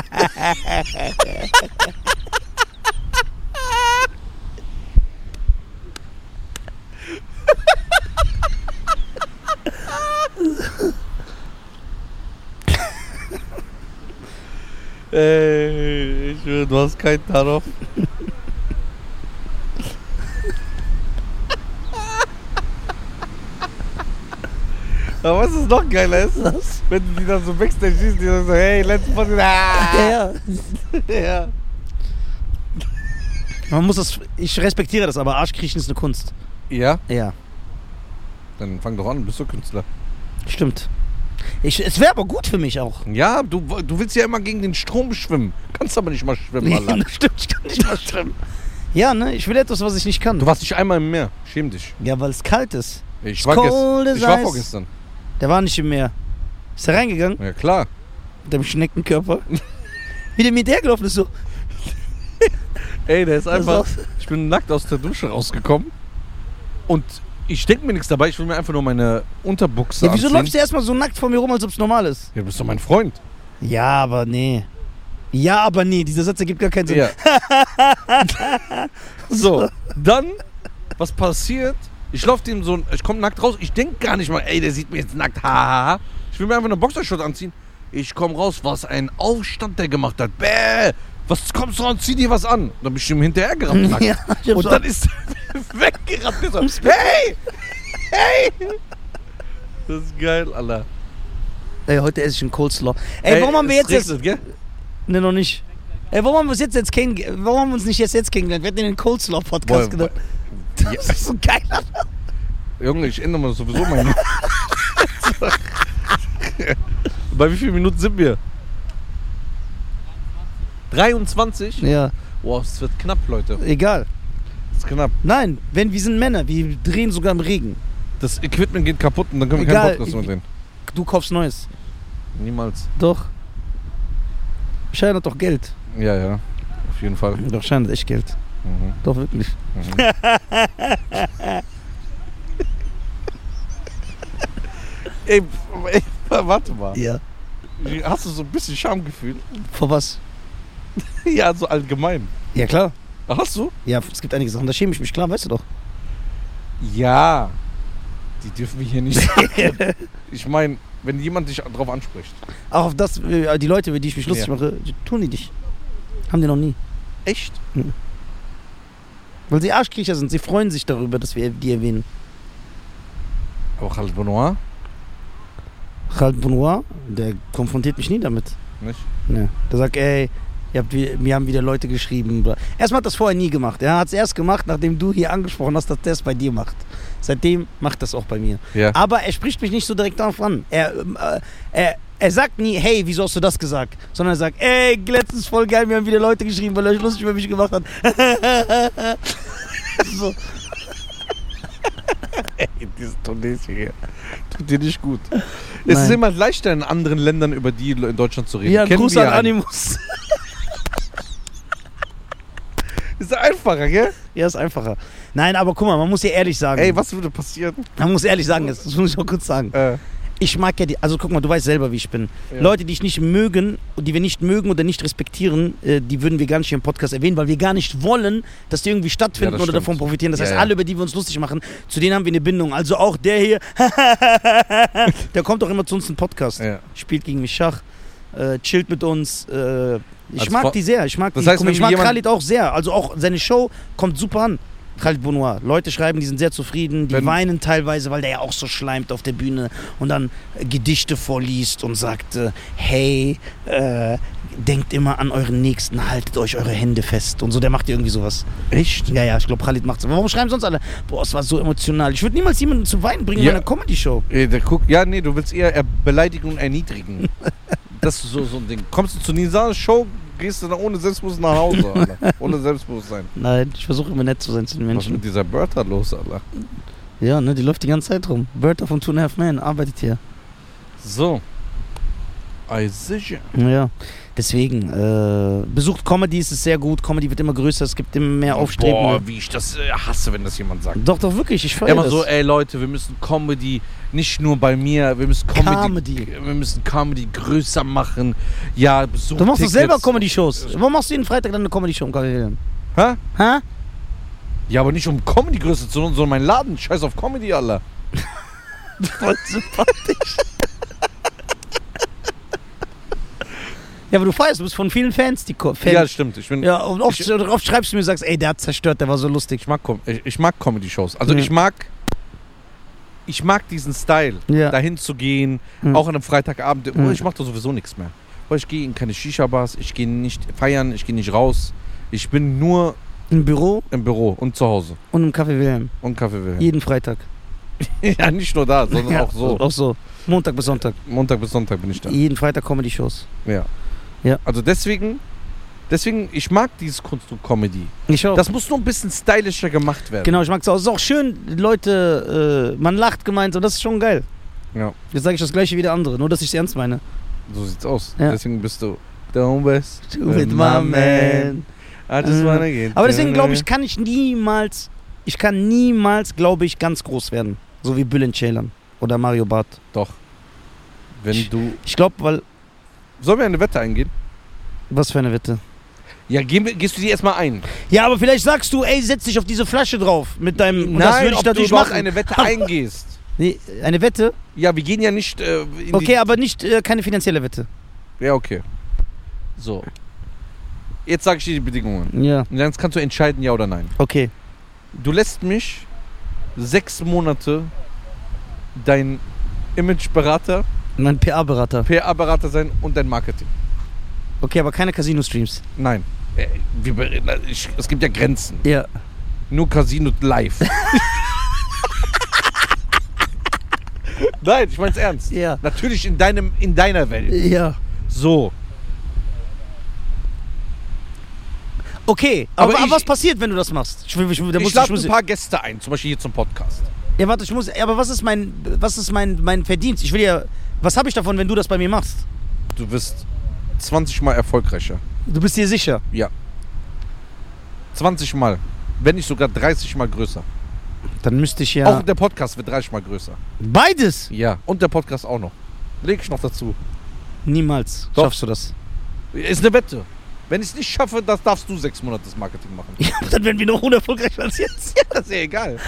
A: Ey, ich schwöre, du hast keinen darauf. Aber was ist noch geiler ist, wenn du die dann so backstage siehst, die dann so, hey, letzte Folge,
B: ja,
A: ah,
B: ja.
A: ja.
B: Man muss das, ich respektiere das, aber Arschkriechen ist eine Kunst.
A: Ja,
B: Ja,
A: dann fang doch an, bist du Künstler.
B: stimmt. Ich, es wäre aber gut für mich auch.
A: Ja, du, du willst ja immer gegen den Strom schwimmen. Kannst aber nicht mal schwimmen, Alter.
B: stimmt, ich kann nicht mal schwimmen. Ja, ne? Ich will etwas, was ich nicht kann.
A: Du warst nicht einmal im Meer, schäm dich.
B: Ja, weil es kalt ist.
A: Ich
B: It's
A: war,
B: cold as
A: gest ich war
B: ice.
A: vorgestern.
B: Der war nicht im Meer. Ist er reingegangen?
A: Ja, klar.
B: mit dem Schneckenkörper. Wie der mir hinterhergelaufen ist, so.
A: Ey, der ist einfach.
B: Das ist
A: Ich bin nackt aus der Dusche rausgekommen. Und ich denke mir nichts dabei. Ich will mir einfach nur meine Unterbuchse
B: Ja, wieso
A: anziehen.
B: läufst du erstmal so nackt vor mir rum, als ob es normal ist?
A: Ja, du bist doch mein Freund.
B: Ja, aber nee. Ja, aber nee. Dieser Satz ergibt gar keinen Sinn.
A: Ja. so, dann, was passiert? Ich laufe dem so, ich komme nackt raus. Ich denke gar nicht mal, ey, der sieht mich jetzt nackt. Ha, ha, ha. Ich will mir einfach eine Boxershot anziehen. Ich komme raus, was ein Aufstand der gemacht hat. Bäh, was kommst du raus, zieh dir was an. Dann bin ich ihm hinterhergerannt. nackt.
B: Ja, ich hab's
A: Und
B: auch-
A: dann ist er weggerannt. Der so, hey! Hey! Das ist geil, Alter.
B: Ey, heute esse ich einen Coleslaw. Ey, warum haben wir
A: es
B: jetzt. jetzt
A: regnet, gell?
B: ne, noch nicht. Ey, warum haben wir uns jetzt, jetzt kennengelernt? Warum haben wir uns nicht jetzt, jetzt kennengelernt? Wir hätten den Coleslaw-Podcast
A: Boah,
B: gedacht.
A: boah.
B: Das ist so geil.
A: Junge, ich ändere mal sowieso meine. Bei wie vielen Minuten sind wir? 23?
B: Ja,
A: Boah, es wird knapp, Leute.
B: egal.
A: Es ist knapp.
B: Nein, wenn wir sind Männer. Wir drehen sogar im Regen.
A: Das Equipment geht kaputt und dann können wir
B: Egal,
A: keinen Podcast
B: ich-
A: mehr drehen.
B: Du kaufst Neues.
A: Niemals.
B: Doch. Schein hat doch Geld.
A: Ja, ja. Auf jeden Fall.
B: Doch, Schein hat echt Geld.
A: Mhm.
B: Doch, wirklich.
A: Ey, ey, warte mal.
B: Ja.
A: Hast du so ein bisschen Schamgefühl?
B: Vor was?
A: Ja, so allgemein.
B: Ja, klar.
A: Hast du?
B: Ja, es gibt einige Sachen, da schäme ich mich, klar, weißt du doch.
A: Ja. Die dürfen wir hier nicht sagen. ich meine, wenn jemand dich drauf anspricht.
B: Auch auf das, äh, die Leute, über die ich mich lustig
A: Ja.
B: mache, die tun die nicht. Haben die noch nie.
A: Echt?
B: Weil sie Arschkriecher sind, sie freuen sich darüber, dass wir die erwähnen.
A: Aber Khalid Benoit?
B: Khaled Bounoir, der konfrontiert mich nie damit.
A: Nicht?
B: Ne. Der sagt, ey, Ihr habt, wie- mir haben wieder Leute geschrieben. Erstmal hat das vorher nie gemacht. Er hat es erst gemacht, nachdem du hier angesprochen hast, dass der es bei dir macht. Seitdem macht das auch bei mir.
A: Ja.
B: Aber er spricht mich nicht so direkt darauf an. Er, ähm, äh, er, er sagt nie, hey, wieso hast du das gesagt? Sondern er sagt, ey, letztens voll geil, mir haben wieder Leute geschrieben, weil er euch lustig über mich gemacht hat. so.
A: Diese Tunesien hier. Tut dir nicht gut. Es ist
B: Nein.
A: immer leichter in anderen Ländern über die in Deutschland zu reden.
B: Ja,
A: Kennen
B: Gruß
A: wir
B: an
A: einen.
B: Animus.
A: Ist einfacher, gell?
B: Ja, ist einfacher. Nein, aber guck mal, man muss ja ehrlich sagen.
A: Ey, was würde passieren?
B: Man muss ehrlich sagen, jetzt, das muss ich auch kurz sagen.
A: Äh,
B: Ich mag ja die, also guck mal, du weißt selber, wie ich bin.
A: Ja.
B: Leute, die ich nicht mögen, die wir nicht mögen oder nicht respektieren, äh, die würden wir gar nicht hier im Podcast erwähnen, weil wir gar nicht wollen, dass die irgendwie stattfinden
A: Ja, das
B: oder
A: stimmt.
B: davon profitieren. Das
A: Ja,
B: heißt,
A: ja.
B: alle, über die wir uns lustig machen, zu denen haben wir eine Bindung. Also auch der hier, der kommt auch immer zu uns in den Podcast,
A: ja.
B: spielt gegen mich Schach, äh, chillt mit uns. Äh, ich
A: Also vor-
B: mag die sehr, ich mag
A: Das
B: die.
A: heißt,
B: guck mal,
A: wenn
B: ich mag
A: jemand-
B: Khalid auch sehr. Also auch seine Show kommt super an. Khalid Bonoir. Leute schreiben, die sind sehr zufrieden, die
A: Wenn-
B: weinen teilweise, weil der ja auch so schleimt auf der Bühne und dann äh, Gedichte vorliest und sagt, äh, hey, äh, denkt immer an euren Nächsten, haltet euch eure Hände fest und so. Der macht irgendwie sowas.
A: Echt?
B: Ja, ja, ich glaube, Khalid macht's. Warum schreiben sonst alle? Boah, es war so emotional. Ich würde niemals jemanden zu weinen bringen
A: Ja.
B: in einer Comedy-Show.
A: Ey, der guck, ja, nee, du willst eher er- beleidigen und erniedrigen. das ist so, so ein Ding. Kommst du zu Nisans Show, gehst du dann ohne Selbstbewusstsein nach Hause, Alter. Ohne Selbstbewusstsein.
B: Nein, ich versuche immer nett zu sein zu den
A: Was ist
B: Menschen.
A: mit dieser Bertha los, Alter?
B: Ja, ne, die läuft die ganze Zeit rum. Bertha von Two and a Half Men arbeitet hier.
A: So. I sicher.
B: Ja, deswegen, äh, besucht Comedy, es ist sehr gut. Comedy wird immer größer, es gibt immer mehr Aufstrebende.
A: Boah, wie ich das äh, hasse, wenn das jemand sagt.
B: Doch, doch, wirklich, ich feiere
A: Immer
B: das.
A: so, äh, ey Leute, wir müssen Comedy, nicht nur bei mir, wir müssen Comedy,
B: Comedy.
A: wir müssen Comedy größer machen. Ja, besuch
B: du machst doch
A: Tickets.
B: selber Comedy-Shows. Warum machst du jeden Freitag dann eine Comedy-Show im Karriere?
A: Hä?
B: Hä?
A: Ja, aber nicht um Comedy größer zu machen, sondern mein Laden. Scheiß auf Comedy, Alter.
B: Voll sympathisch. ja, aber du feierst, du bist von vielen Fans, die Ko-
A: Ja,
B: Fans.
A: stimmt. Ich bin,
B: Ja, und oft,
A: Ich-
B: oft schreibst du mir und sagst, ey, der hat zerstört, der war so lustig.
A: Ich mag, Com ich, ich mag Comedy-Shows. Also
B: Ja.
A: ich mag. Ich mag diesen Style,
B: Ja. Mhm.
A: dahin zu gehen,
B: Ja.
A: auch an einem Freitagabend. Oh,
B: Ja.
A: Ich mache da sowieso nichts mehr. Oh, Ich gehe in keine Shisha-Bars, ich gehe nicht feiern, ich gehe nicht raus. Ich bin nur
B: Im Büro
A: im Büro und zu Hause
B: und im Café Wilhelm.
A: und Kaffee will.
B: Jeden Freitag.
A: Ja, nicht nur da, sondern
B: Ja,
A: auch so.
B: Auch so. Montag bis Sonntag.
A: Montag bis Sonntag bin ich da.
B: Jeden Freitag Comedy-Shows.
A: Ja.
B: Ja.
A: Also deswegen, deswegen, ich mag dieses Konstrukt Comedy.
B: Ich auch.
A: Das muss nur ein bisschen stylischer gemacht werden.
B: Oh. genau, ich mag es auch. Es ist auch schön, Leute, äh, man lacht gemeinsam, das ist schon geil.
A: Ja.
B: Jetzt sage ich das gleiche wie der andere, nur dass ich es ernst meine.
A: So sieht's aus.
B: Ja.
A: Deswegen bist du down west
B: With my man. Äh.
A: I just wanna get
B: Aber deswegen glaube ich,
A: down.
B: kann ich niemals, ich kann niemals, glaube ich, ganz groß werden. So wie Bülent Ceylan oder Mario Barth.
A: Doch. Wenn du.
B: Ich glaube, weil,
A: Sollen wir eine Wette eingehen?
B: was für eine Wette.
A: Ja, geh, gehst du die erstmal ein?
B: Ja, aber vielleicht sagst du, ey, setz dich auf diese Flasche drauf mit deinem, und das würde ich
A: ob
B: natürlich
A: du überhaupt
B: machen.
A: eine Wette eingehst.
B: nee, eine Wette?
A: Ja, wir gehen ja nicht. Äh, in
B: Okay, aber nicht, äh, keine finanzielle Wette.
A: Die, ja, okay. So. Jetzt sage ich dir die Bedingungen.
B: Ja.
A: Und dann kannst du entscheiden, ja oder nein.
B: Okay.
A: Du lässt mich sechs Monate dein Imageberater,
B: Mein PA-Berater.
A: PR-Berater sein und dein Marketing.
B: Okay, aber keine Casino-Streams.
A: Nein. Äh, Wir, bereden- ich, es gibt ja Grenzen.
B: Ja.
A: Nur Casino live. Nein, ich mein's ernst.
B: Ja.
A: Natürlich in, deinem, in deiner Welt.
B: Ja.
A: So.
B: Okay,
A: Aber
B: aber, aber,
A: ich-
B: was passiert, wenn du das machst? Ich, will- ich, will- da muss
A: ich
B: ich, ich
A: lade ein
B: muss,
A: paar Gäste ein, zum Beispiel hier zum Podcast.
B: ja, warte, ich muss. Aber was ist mein, was ist mein, mein Verdienst? Ich will ja, was habe ich davon, wenn du das bei mir machst?
A: Du wirst 20 Mal erfolgreicher.
B: Du bist dir sicher?
A: 20 Mal. Wenn nicht sogar 30 Mal größer.
B: Dann müsste ich ja
A: Auch der Podcast wird 30 Mal größer.
B: beides.
A: Ja. Und der Podcast auch noch. Leg ich noch dazu.
B: Niemals
A: Doch.
B: schaffst du das.
A: Ist eine Wette. Wenn ich es nicht schaffe, das darfst du sechs Monate das Marketing machen.
B: Ja, aber dann werden wir noch unerfolgreicher als jetzt.
A: Das ist ja egal.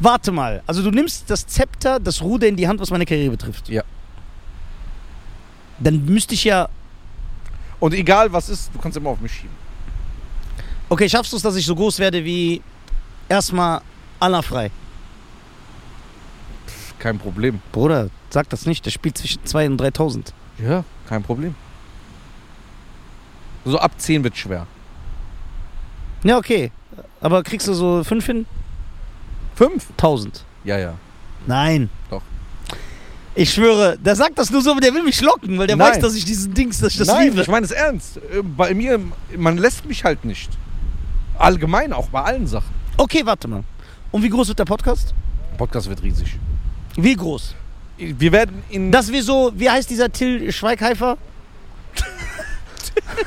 B: Warte mal. Also du nimmst das Zepter, das Ruder in die Hand, was meine Karriere betrifft.
A: Ja.
B: Dann müsste ich ja.
A: Und egal was ist, du kannst immer auf mich schieben.
B: Okay, schaffst du es, dass ich so groß werde wie erstmal Anna Frei?
A: kein Problem.
B: Bruder, sag das nicht. Der spielt zwischen 2 und 3000.
A: Ja, kein Problem. So ab 10 wird schwer.
B: Ja, okay. Aber kriegst du so 5 hin?
A: 5?
B: 1000.
A: Ja, ja.
B: Nein.
A: Doch.
B: Ich schwöre, der sagt das nur so, der will mich locken, weil der
A: Nein.
B: weiß, dass ich diesen Dings, dass ich das
A: Nein,
B: liebe.
A: ich meine es ernst. Äh, Bei mir, man lässt mich halt nicht. Allgemein, auch bei allen Sachen.
B: Okay, warte mal. Und wie groß wird der Podcast?
A: Podcast wird riesig.
B: Wie groß?
A: Wir werden in
B: Dass wir so, wie heißt dieser Till Schweigheifer?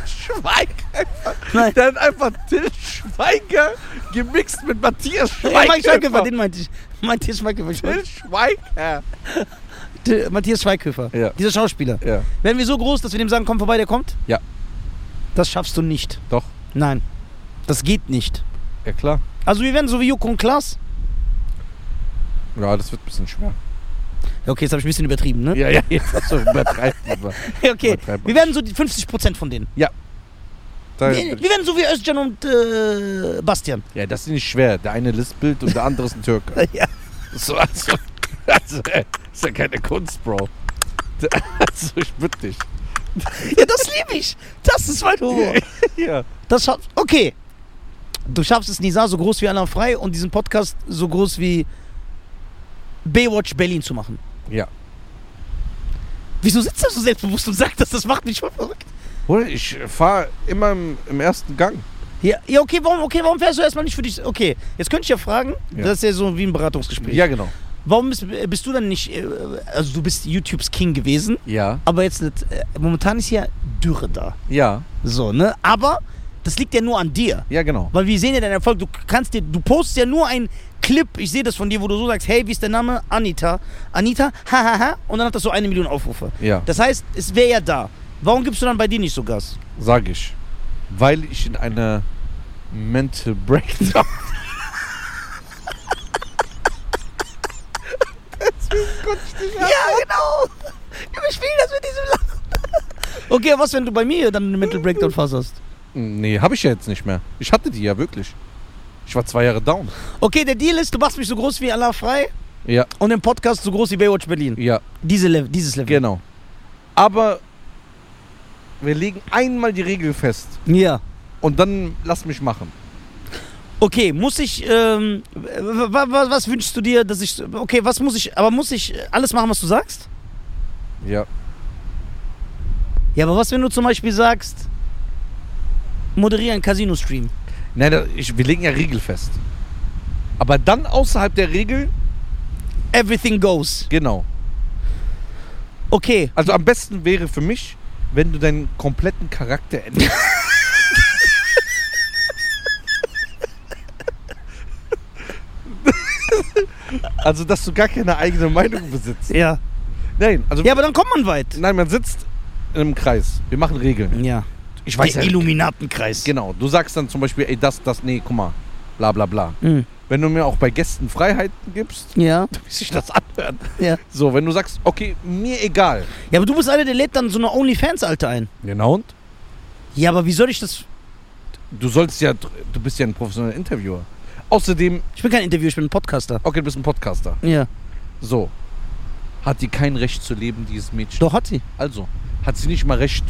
A: Schweiger.
B: Nein.
A: Der hat einfach Till Schweiger gemixt mit Matthias
B: Ja, Mike Schweighöfer,
A: Schweighöfer.
B: Äh, den meinte ich. Matthias Schweighöfer.
A: Till Schweiger.
B: Till- Matthias Schweighöfer.
A: Ja.
B: Dieser Schauspieler.
A: Ja,
B: Werden wir so groß, dass wir dem sagen, komm vorbei, der kommt?
A: Ja.
B: Das schaffst du nicht.
A: doch.
B: Nein. Das geht nicht.
A: Ja, klar.
B: Also wir werden so wie Joko und Klaas.
A: Ja, das wird ein bisschen schwer.
B: Ja, okay, jetzt habe ich ein bisschen übertrieben, ne?
A: Ja, ja, jetzt hast du übertreibt. aber
B: Ja, okay.
A: Übertreib-
B: Wir werden so die 50% von denen.
A: da-
B: Wir, wir werden so wie Özcan und äh, Bastian.
A: Ja, das ist nicht schwer. Der eine lispelt und der andere ist ein Türke.
B: Ja.
A: So, also, also, äh, ist ja keine Kunst, Bro. Da- Also, ich bitte dich.
B: Ja, das liebe ich. Das ist mein Humor.
A: Ja.
B: Das schaffst Okay. Du schaffst es, Nisa, so groß wie Alain Frei und diesen Podcast so groß wie Baywatch Berlin zu machen.
A: Ja.
B: Wieso sitzt er so selbstbewusst und sagt das? Das macht mich voll verrückt.
A: Oder ich fahre immer im, im ersten Gang.
B: Ja, ja okay, warum, okay, warum fährst du erstmal nicht für dich? Okay, jetzt könnte ich ja fragen,
A: Ja.
B: das ist ja so wie ein Beratungsgespräch.
A: Ja, genau.
B: Warum bist, bist du dann nicht, äh, also du bist YouTubes King gewesen,
A: Ja.
B: aber jetzt nicht, äh, momentan ist ja Dürre da.
A: Ja.
B: So, ne? Aber das liegt ja nur an dir.
A: Ja, genau.
B: Weil wir sehen ja deinen Erfolg. Du kannst dir, du postest ja nur einen Clip, ich sehe das von dir, wo du so sagst, hey, wie ist der Name? Anita. Anita, hahaha. Und dann hat das so eine Million Aufrufe.
A: Ja.
B: Das heißt, es wäre ja da. Warum gibst du dann bei dir nicht so Gas?
A: Sag ich. Weil ich in einer Mental Breakdown.
B: Ja, genau. Ich will das mit diesem Lachen. Okay, was, wenn du bei mir dann einen Mental Breakdown fasserst?
A: nee, habe ich ja jetzt nicht mehr. Ich hatte die ja wirklich. Ich war zwei Jahre down.
B: Okay, der Deal ist, du machst mich so groß wie Allah frei
A: Ja,
B: und im Podcast so groß wie Baywatch Berlin.
A: ja,
B: Diese Level, dieses Level.
A: genau. Aber wir legen einmal die Regel fest
B: Ja.
A: und dann lass mich machen.
B: Okay, muss ich, ähm, w- w- w- was wünschst du dir, dass ich, okay, was muss ich, aber muss ich alles machen, was du sagst?
A: Ja.
B: Ja, aber was, wenn du zum Beispiel sagst, moderiere einen Casino-Stream?
A: Nein, da- ich, wir legen ja Regel fest. Aber dann außerhalb der Regel,
B: Everything goes.
A: genau.
B: Okay,
A: Also am besten wäre für mich, wenn du deinen kompletten Charakter änderst. also, dass du gar keine eigene Meinung besitzt.
B: ja.
A: Nein, also
B: Ja, aber dann kommt man weit.
A: nein, man sitzt in einem Kreis. Wir machen Regeln.
B: Ja.
A: Ich
B: Der Illuminatenkreis.
A: Genau, du sagst dann zum Beispiel, ey, das, das, nee, guck mal, bla bla bla.
B: Mhm.
A: Wenn du mir auch bei Gästen Freiheiten gibst,
B: Ja.
A: wie sich das anhört.
B: Ja.
A: So, wenn du sagst, okay, mir egal.
B: Ja, aber du bist einer, der lädt dann so eine OnlyFans-Alte ein.
A: Genau und?
B: Ja, aber wie soll ich das,
A: Du sollst ja, du bist ja ein professioneller Interviewer. Außerdem,
B: ich bin kein Interviewer, ich bin ein Podcaster.
A: okay, du bist ein Podcaster.
B: Ja.
A: So. Hat die kein Recht zu leben, dieses Mädchen?
B: Doch, hat sie.
A: Also, hat sie nicht mal Recht,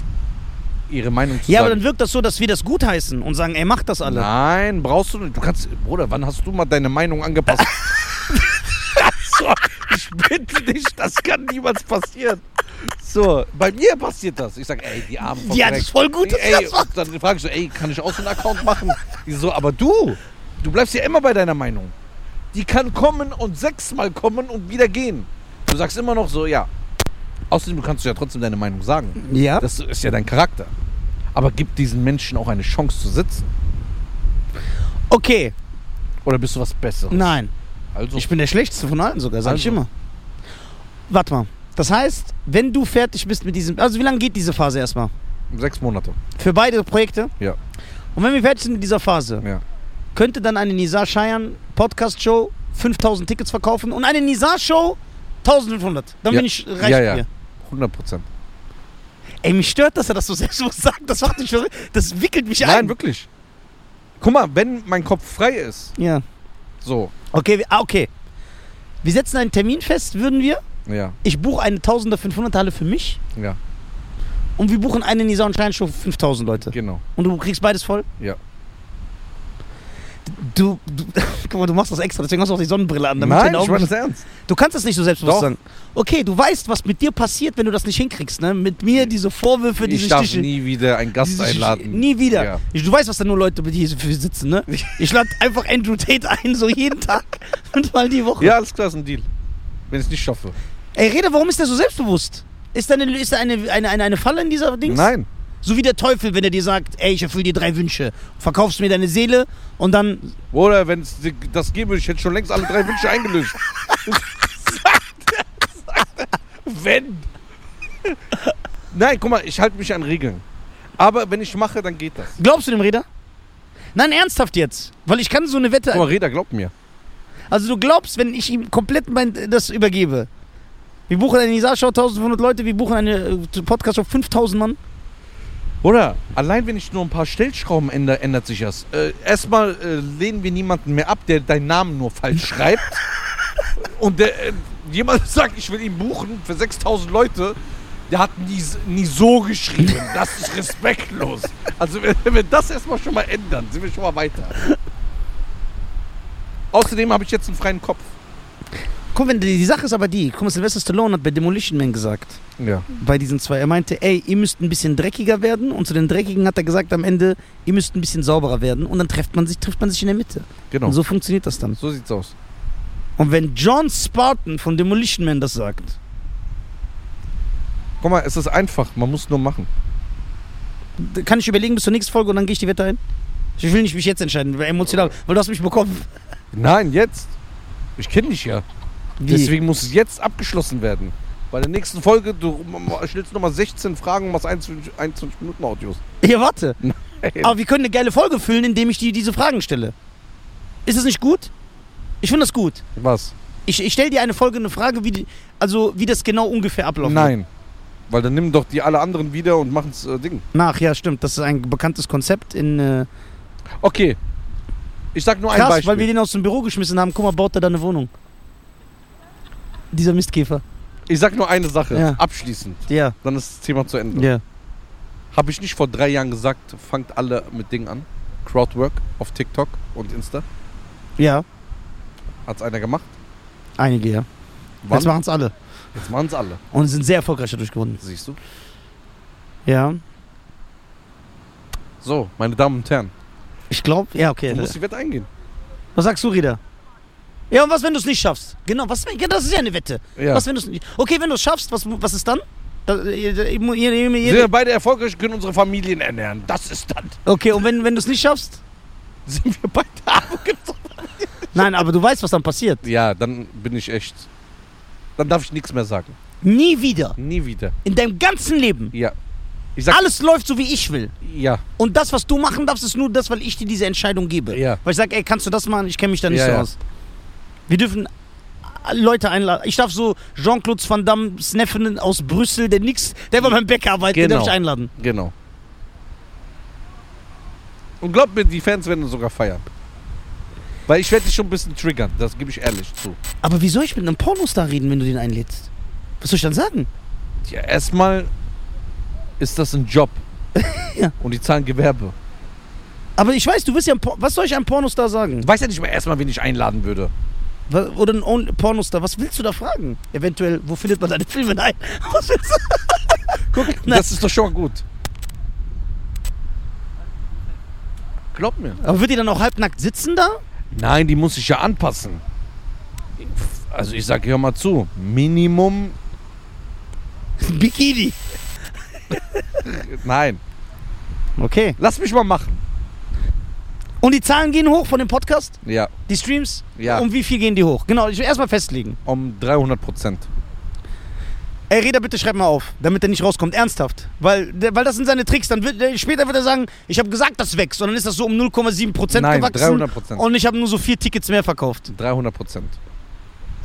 A: ihre Meinung zu
B: Ja, aber
A: sagen?
B: dann wirkt das so, dass wir das gutheißen und sagen, ey, macht das alle.
A: Nein, brauchst du nicht. Du kannst, Bruder, wann hast du mal deine Meinung angepasst? so, ich bitte dich, das kann niemals passieren. So, bei mir passiert das. Ich sag, ey, die Arme von
B: Ja,
A: Dreck.
B: das ist voll gut, dass
A: ey,
B: du
A: ey,
B: das machst.
A: und Dann frage ich so, ey, kann ich auch so einen Account machen? Die so, aber du, du bleibst ja immer bei deiner Meinung. Die kann kommen und sechsmal kommen und wieder gehen. Du sagst immer noch so, ja. Außerdem kannst du ja trotzdem deine Meinung sagen.
B: Ja.
A: Das ist ja dein Charakter. Aber gib diesen Menschen auch eine Chance zu sitzen.
B: Okay,
A: Oder bist du was Besseres?
B: nein.
A: Also,
B: Ich bin der schlechteste von allen sogar, sag ich
A: Also.
B: immer. Warte mal. Das heißt, wenn du fertig bist mit diesem. Also wie lange geht diese Phase erstmal?
A: sechs Monate.
B: Für beide Projekte?
A: Ja.
B: Und wenn wir fertig sind mit dieser Phase,
A: Ja.
B: könnte dann eine Nizar Scheiern Podcast Show 5000 Tickets verkaufen und eine Nizar Show 1500. Dann
A: Ja.
B: bin ich reich
A: Ja,
B: mit
A: ja.
B: mir.
A: 100 Prozent.
B: Ey, mich stört, dass er das so selbstbewusst sagt. Das macht mich verrückt. Das wickelt mich
A: Nein,
B: ein.
A: wirklich. Guck mal, wenn mein Kopf frei ist,
B: Ja.
A: so,
B: Okay, wir- ah, okay. Wir setzen einen Termin fest, würden wir.
A: Ja,
B: Ich buche eine 1000er 500er Halle für mich
A: ja,
B: und wir buchen eine in Isar und Steinstufe für 5000 Leute.
A: genau.
B: Und du kriegst beides voll?
A: Ja.
B: Du, du, guck mal, du machst das extra, deswegen hast du auch die Sonnenbrille an. damit
A: Nein,
B: deine
A: ich
B: Augen
A: meine das ernst.
B: Du kannst das nicht so selbstbewusst
A: Doch.
B: sagen. Okay, du weißt, was mit dir passiert, wenn du das nicht hinkriegst, ne? Mit mir diese Vorwürfe, diese
A: ich darf
B: Stiche.
A: nie wieder einen Gast
B: diese Stiche-
A: einladen.
B: Nie wieder.
A: Ja.
B: Du weißt, was da nur Leute mit hier für sitzen, ne? Ich lade einfach Andrew Tate ein, so jeden Tag und mal die Woche.
A: Ja, alles klar, ist ein Deal. Wenn ich es nicht schaffe.
B: Ey, Rede, warum ist der so selbstbewusst? Ist da, eine, ist da eine, eine, eine, eine Falle in dieser Dings?
A: Nein.
B: So wie der Teufel, wenn er dir sagt, ey, ich erfülle dir drei Wünsche, verkaufst mir deine Seele und dann
A: Oder wenn es das gäbe, ich hätte schon längst alle drei Wünsche eingelöst. wenn. Nein, guck mal, ich halte mich an Regeln. Aber wenn ich mache, dann geht das.
B: Glaubst du dem Reda? Nein, ernsthaft jetzt. Weil ich kann so eine Wette.
A: Guck mal, Reda, glaub mir.
B: Also du glaubst, wenn ich ihm komplett mein, das übergebe. Wir buchen eine Isar-Show 1500 Leute, wir buchen eine äh, Podcast-Show 5000 Mann.
A: Oder allein wenn ich nur ein paar Stellschrauben ändere, ändert sich das. Äh, erstmal äh, lehnen wir niemanden mehr ab, der deinen Namen nur falsch schreibt. Und der, äh, jemand sagt, ich will ihn buchen für 6000 Leute, der hat nie, s- nie so geschrieben. Das ist respektlos. Also wenn wenn wir das erstmal schon mal ändern, sind wir schon mal weiter. Außerdem habe ich jetzt einen freien Kopf.
B: Guck, wenn die, die Sache ist aber die, guck mal, Sylvester Stallone hat bei Demolition Man gesagt,
A: Ja.
B: bei diesen zwei, er meinte, ey, ihr müsst ein bisschen dreckiger werden und zu den Dreckigen hat er gesagt am Ende, ihr müsst ein bisschen sauberer werden und dann trifft man sich, trifft man sich in der Mitte.
A: Genau.
B: Und
A: So,
B: so funktioniert das dann.
A: sieht's aus.
B: Und wenn John Spartan von Demolition Man das sagt,
A: Guck mal, es ist einfach, man muss nur machen.
B: kann ich überlegen bis zur nächsten Folge und dann gehe ich die Wette ein? Ich will nicht mich jetzt entscheiden, emotional, weil du hast mich bekommen.
A: Nein, jetzt. Ich kenne dich ja. Deswegen muss es jetzt abgeschlossen werden. Bei der nächsten Folge, du stellst nochmal 16 Fragen und machst 21, 21 Minuten Audios.
B: Ja, warte.
A: Nein.
B: Aber wir können eine geile Folge füllen, indem ich dir diese Fragen stelle. Ist das nicht gut? Ich finde das gut.
A: Was?
B: Ich, ich stelle dir eine Folge, eine Frage, wie, die, also wie das genau ungefähr abläuft.
A: Nein. Weil dann nehmen doch die alle anderen wieder und machen das äh, Ding.
B: Nach, ja, stimmt. Das ist ein bekanntes Konzept in. Äh,
A: Okay. Ich sag nur ein
B: krass,
A: Beispiel.
B: weil wir den aus dem Büro geschmissen haben. Guck mal, baut er da eine Wohnung. Dieser Mistkäfer.
A: ich sag nur eine Sache.
B: Ja.
A: Abschließend.
B: Ja,
A: Dann ist das Thema zu Ende.
B: ja.
A: Habe ich nicht vor drei Jahren gesagt, fangt alle mit Ding an? Crowdwork auf TikTok und Insta.
B: Ja,
A: Hat's einer gemacht?
B: einige, ja.
A: Wann?
B: Jetzt machen es alle.
A: Jetzt machen's alle.
B: Und sind sehr erfolgreich dadurch geworden.
A: Siehst du?
B: Ja.
A: So, meine Damen und Herren.
B: Ich glaube, ja, okay.
A: Du musst die Wette eingehen.
B: Was sagst du, Rida? Ja, und was, wenn du es nicht schaffst? Genau, was, wenn- ja, das ist ja eine Wette.
A: Ja.
B: Was, wenn du es nicht. Okay, wenn du es schaffst, was, was ist dann? Da, äh, ihr, ihr, ihr,
A: Sind wir
B: ihr,
A: beide erfolgreich, können unsere Familien ernähren. Das ist dann.
B: okay, und wenn, wenn du es nicht schaffst?
A: Sind wir beide abgezogen?
B: Nein, aber du weißt, was dann passiert.
A: Ja, dann bin ich echt. Dann darf ich nichts mehr sagen.
B: Nie wieder.
A: Nie wieder.
B: In deinem ganzen Leben.
A: Ja. Ich sag.
B: Alles läuft so, wie ich will.
A: Ja.
B: Und das, was du machen darfst, ist nur das, weil ich dir diese Entscheidung gebe.
A: Ja.
B: Weil ich sage, ey, kannst du das machen? Ich kenne mich da nicht
A: Ja,
B: so
A: ja.
B: aus. Wir dürfen Leute einladen. Ich darf so Jean-Claude Van Damme's Neffen aus Brüssel, der nix, der war beim Bäcker arbeitet, den
A: Genau.
B: darf ich einladen.
A: Genau. Und glaub mir, die Fans werden sogar feiern. Weil ich werde dich schon ein bisschen triggern, das gebe ich ehrlich zu.
B: Aber wie soll ich mit einem Pornostar reden, wenn du den einlädst? Was soll ich dann sagen?
A: Ja, erstmal ist das ein Job.
B: Ja.
A: Und die zahlen Gewerbe.
B: Aber ich weiß, du wirst ja. ein Por- Was soll ich einem Pornostar sagen?
A: Ich weiß ja nicht mal erstmal, wen ich einladen würde.
B: Wa- Oder ein Only- Pornostar, was willst du da fragen? Eventuell, wo findet man deine Filme? Nein. Was willst du?
A: Guck,
B: Na.
A: das ist doch schon mal gut. Glaub mir.
B: Aber wird die dann auch halbnackt sitzen da?
A: Nein, die muss sich ja anpassen. Also ich sag, hör mal zu. Minimum.
B: Bikini.
A: Nein.
B: Okay.
A: Lass mich mal machen.
B: Und die Zahlen gehen hoch von dem Podcast?
A: Ja,
B: Die Streams?
A: Ja.
B: Um wie viel gehen die hoch? Genau, ich will erstmal festlegen.
A: um 300 Prozent.
B: Ey, Reda, bitte schreib mal auf, damit er nicht rauskommt. Ernsthaft. Weil, der- weil das sind seine Tricks. Dann wird, der- später wird er sagen, ich habe gesagt, das wächst. Und dann ist das so um 0,7%
A: Nein,
B: gewachsen.
A: 300%.
B: Und ich habe nur so vier Tickets mehr verkauft.
A: 300 Prozent.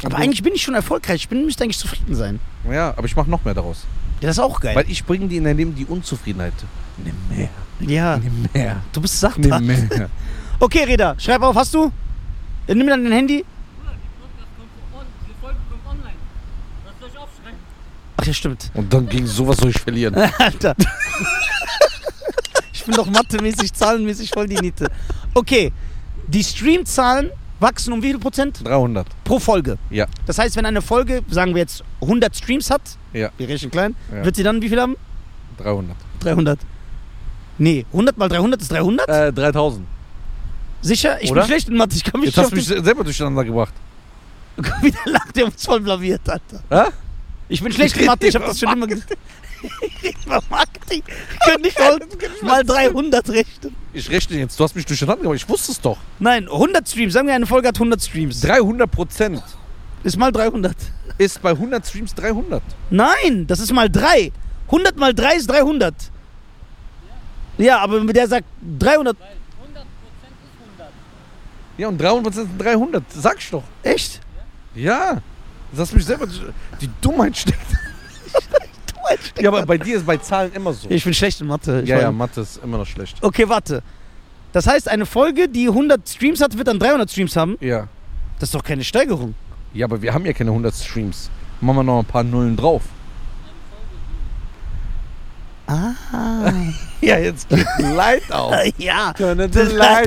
B: Aber eigentlich bin ich schon erfolgreich. Ich bin, müsste eigentlich zufrieden sein.
A: Ja, aber ich mache noch mehr daraus.
B: Ja, das ist auch geil.
A: Weil ich bringe die in dein Leben die Unzufriedenheit. Nimm mehr.
B: ja,
A: Nimm mehr.
B: du bist sachbar.
A: Nimm mehr.
B: Okay, Reda, schreib auf. Hast du? Äh, Nimm dann dein Handy.
C: Bruder, die Podcast kommt zu uns. Wir
B: Ja, stimmt.
A: Und dann gegen sowas soll ich verlieren.
B: Alter. ich bin doch mathemäßig, zahlenmäßig voll die Niete. Okay, die Streamzahlen wachsen um wie viel Prozent?
A: 300.
B: Pro Folge.
A: Ja.
B: Das heißt, wenn eine Folge, sagen wir jetzt, 100 Streams hat,
A: Ja.
B: wir rechnen klein,
A: Ja.
B: wird sie dann wie viel haben?
A: 300.
B: 300. Nee, 100 mal 300 ist 300?
A: Äh, 3000.
B: Sicher? Ich
A: oder?
B: bin schlecht in Mathe, ich kann mich
A: Jetzt hast du mich
B: nicht
A: selber durcheinander gebracht.
B: auf den... Wieder lacht der uns voll blaviert, Alter.
A: Hä?
B: Ich bin schlecht in Mathe, ich habe das schon immer gesagt. Ich rede über Marketing. Ich kann nicht mal, mal 300 rechnen.
A: Ich rechne jetzt. Du hast mich durcheinander gebracht. Ich wusste es doch.
B: Nein, 100 Streams. Sagen wir, eine Folge hat 100 Streams.
A: 300 Prozent
B: Ist mal 300.
A: ist bei 100 Streams 300.
B: Nein, das ist mal 3. 100 mal 3 ist 300. Ja, aber wenn der sagt 300.
C: Weil 100 Prozent ist 100.
A: Ja, und 300 Prozent sind 300. Sag ich doch.
B: Echt?
A: Ja. Du hast mich selber. durch- Die Dummheit steckt. Ja, aber bei dir ist bei Zahlen immer so.
B: Ich bin schlecht in Mathe. Ich
A: ja, ja,
B: mein-
A: Mathe ist immer noch schlecht.
B: Okay, warte. Das heißt, eine Folge, die 100 Streams hat, wird dann 300 Streams haben.
A: Ja.
B: Das ist doch keine Steigerung.
A: Ja, aber wir haben ja keine 100 Streams. Machen wir noch ein paar Nullen drauf.
B: Ah.
A: Ja, jetzt geht Light auf.
B: ja. oh,
A: Turn it
B: Ja,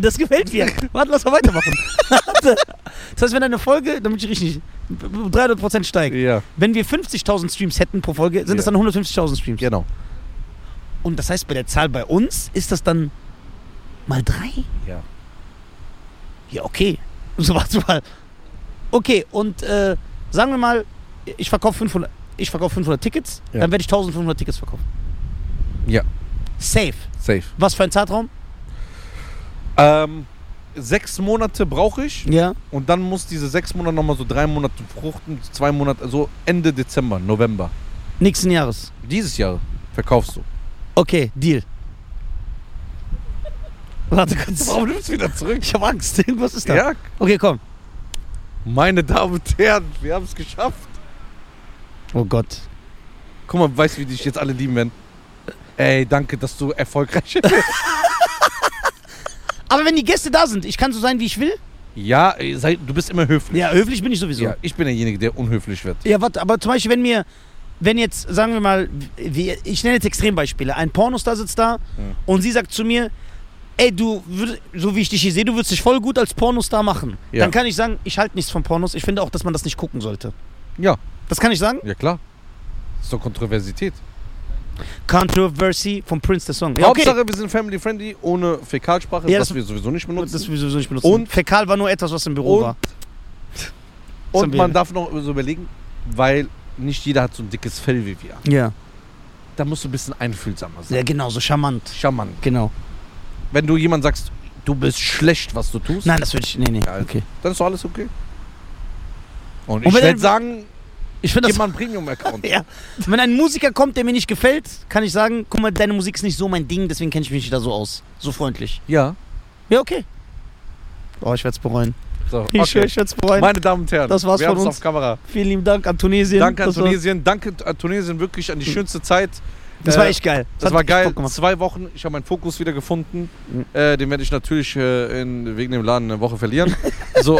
B: das gefällt mir. Warte, lass mal weitermachen. Warte. das heißt, wenn eine Folge, damit ich richtig 300% steigt.
A: Ja,
B: Wenn wir 50.000 Streams hätten pro Folge, sind das
A: Ja.
B: dann 150.000 Streams.
A: genau.
B: Und das heißt, bei der Zahl bei uns ist das dann mal drei?
A: Ja.
B: Ja, okay. So, warte mal. Okay, und äh, sagen wir mal, ich verkaufe 500, ich verkaufe 500 Tickets,
A: Ja.
B: dann werde ich 1500 Tickets verkaufen.
A: Ja.
B: Safe.
A: Safe.
B: Was für ein Zeitraum?
A: Ähm, sechs Monate brauche ich
B: Ja.
A: und dann muss diese sechs Monate nochmal so drei Monate fruchten, zwei Monate, also Ende Dezember, November.
B: Nächsten Jahres.
A: Dieses Jahr verkaufst du.
B: Okay, Deal. Warte kurz.
A: nimmst du wieder zurück?
B: Ich habe Angst. Irgendwas ist da.
A: Ja,
B: Okay, komm.
A: meine Damen und Herren, wir haben es geschafft.
B: Oh Gott.
A: Guck mal, weißt du, wie dich jetzt alle lieben werden. Ey, danke, dass du erfolgreich bist.
B: Aber wenn die Gäste da sind, ich kann so sein, wie ich will.
A: ja, ey, sei, du bist immer höflich.
B: Ja, höflich bin ich sowieso.
A: Ja, ich bin derjenige, der unhöflich wird.
B: Ja, warte, aber zum Beispiel, wenn mir, wenn jetzt, sagen wir mal, wie, ich nenne jetzt Extrembeispiele, ein Pornostar sitzt da
A: Mhm.
B: und sie sagt zu mir, ey, du, würd, so wie ich dich hier sehe, du würdest dich voll gut als Pornostar machen.
A: Ja.
B: Dann kann ich sagen, ich halte nichts von Pornos, ich finde auch, dass man das nicht gucken sollte.
A: Ja,
B: Das kann ich sagen?
A: ja klar. Das ist doch Kontroversität.
B: Controversy von Prince der Song. Ja,
A: Hauptsache, wir sind family-friendly, ohne Fäkalsprache,
B: Ja,
A: was
B: das-
A: wir sowieso nicht
B: Das
A: benutzen.
B: wir sowieso nicht benutzen.
A: Und-
B: Fäkal war nur etwas, was im Büro
A: Und-
B: war. Zum
A: Und man
B: Bier.
A: darf noch so überlegen, weil nicht jeder hat so ein dickes Fell wie wir.
B: Ja.
A: Da musst du ein bisschen einfühlsamer sein.
B: Ja, genau, so charmant.
A: Charmant.
B: Genau.
A: Wenn du jemand sagst, du bist schlecht, was du tust,
B: Nein, das würde ich. Nee, nee.
A: Ja,
B: okay.
A: dann ist doch alles okay. Und,
B: Und
A: ich
B: wenn
A: werde
B: ein-
A: sagen,
B: Ich finde
A: gib
B: das.
A: mal einen Premium-Account.
B: Ja. Wenn ein Musiker kommt, der mir nicht gefällt, kann ich sagen, guck mal, deine Musik ist nicht so mein Ding, deswegen kenne ich mich nicht da so aus. So freundlich.
A: ja.
B: Ja, okay. Oh, ich werd's bereuen.
A: So,
B: Ich,
A: okay.
B: ich werd's bereuen.
A: Meine Damen und Herren,
B: Das war's
A: wir
B: von
A: haben's
B: uns.
A: auf Kamera.
B: Vielen lieben Dank an Tunesien.
A: Danke an
B: das war-
A: Tunesien. Danke an Tunesien wirklich an die schönste Zeit.
B: Hm. Das war
A: Äh,
B: echt geil.
A: Das
B: hat
A: war
B: richtig
A: geil.
B: Bock gemacht.
A: Zwei Wochen. Ich habe meinen Fokus wieder gefunden.
B: Mhm.
A: Äh, den werde ich natürlich äh, in, wegen dem Laden eine Woche verlieren. so.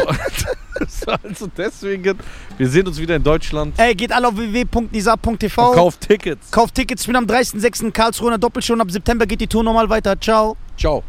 A: also deswegen, wir sehen uns wieder in Deutschland.
B: Ey, geht alle auf www.nisa.tv.
A: Kauft Tickets.
B: Kauft Tickets. Ich bin am 30.06. in Karlsruhe in der Doppelstunde. Ab September geht die Tour nochmal weiter. Ciao.
A: Ciao.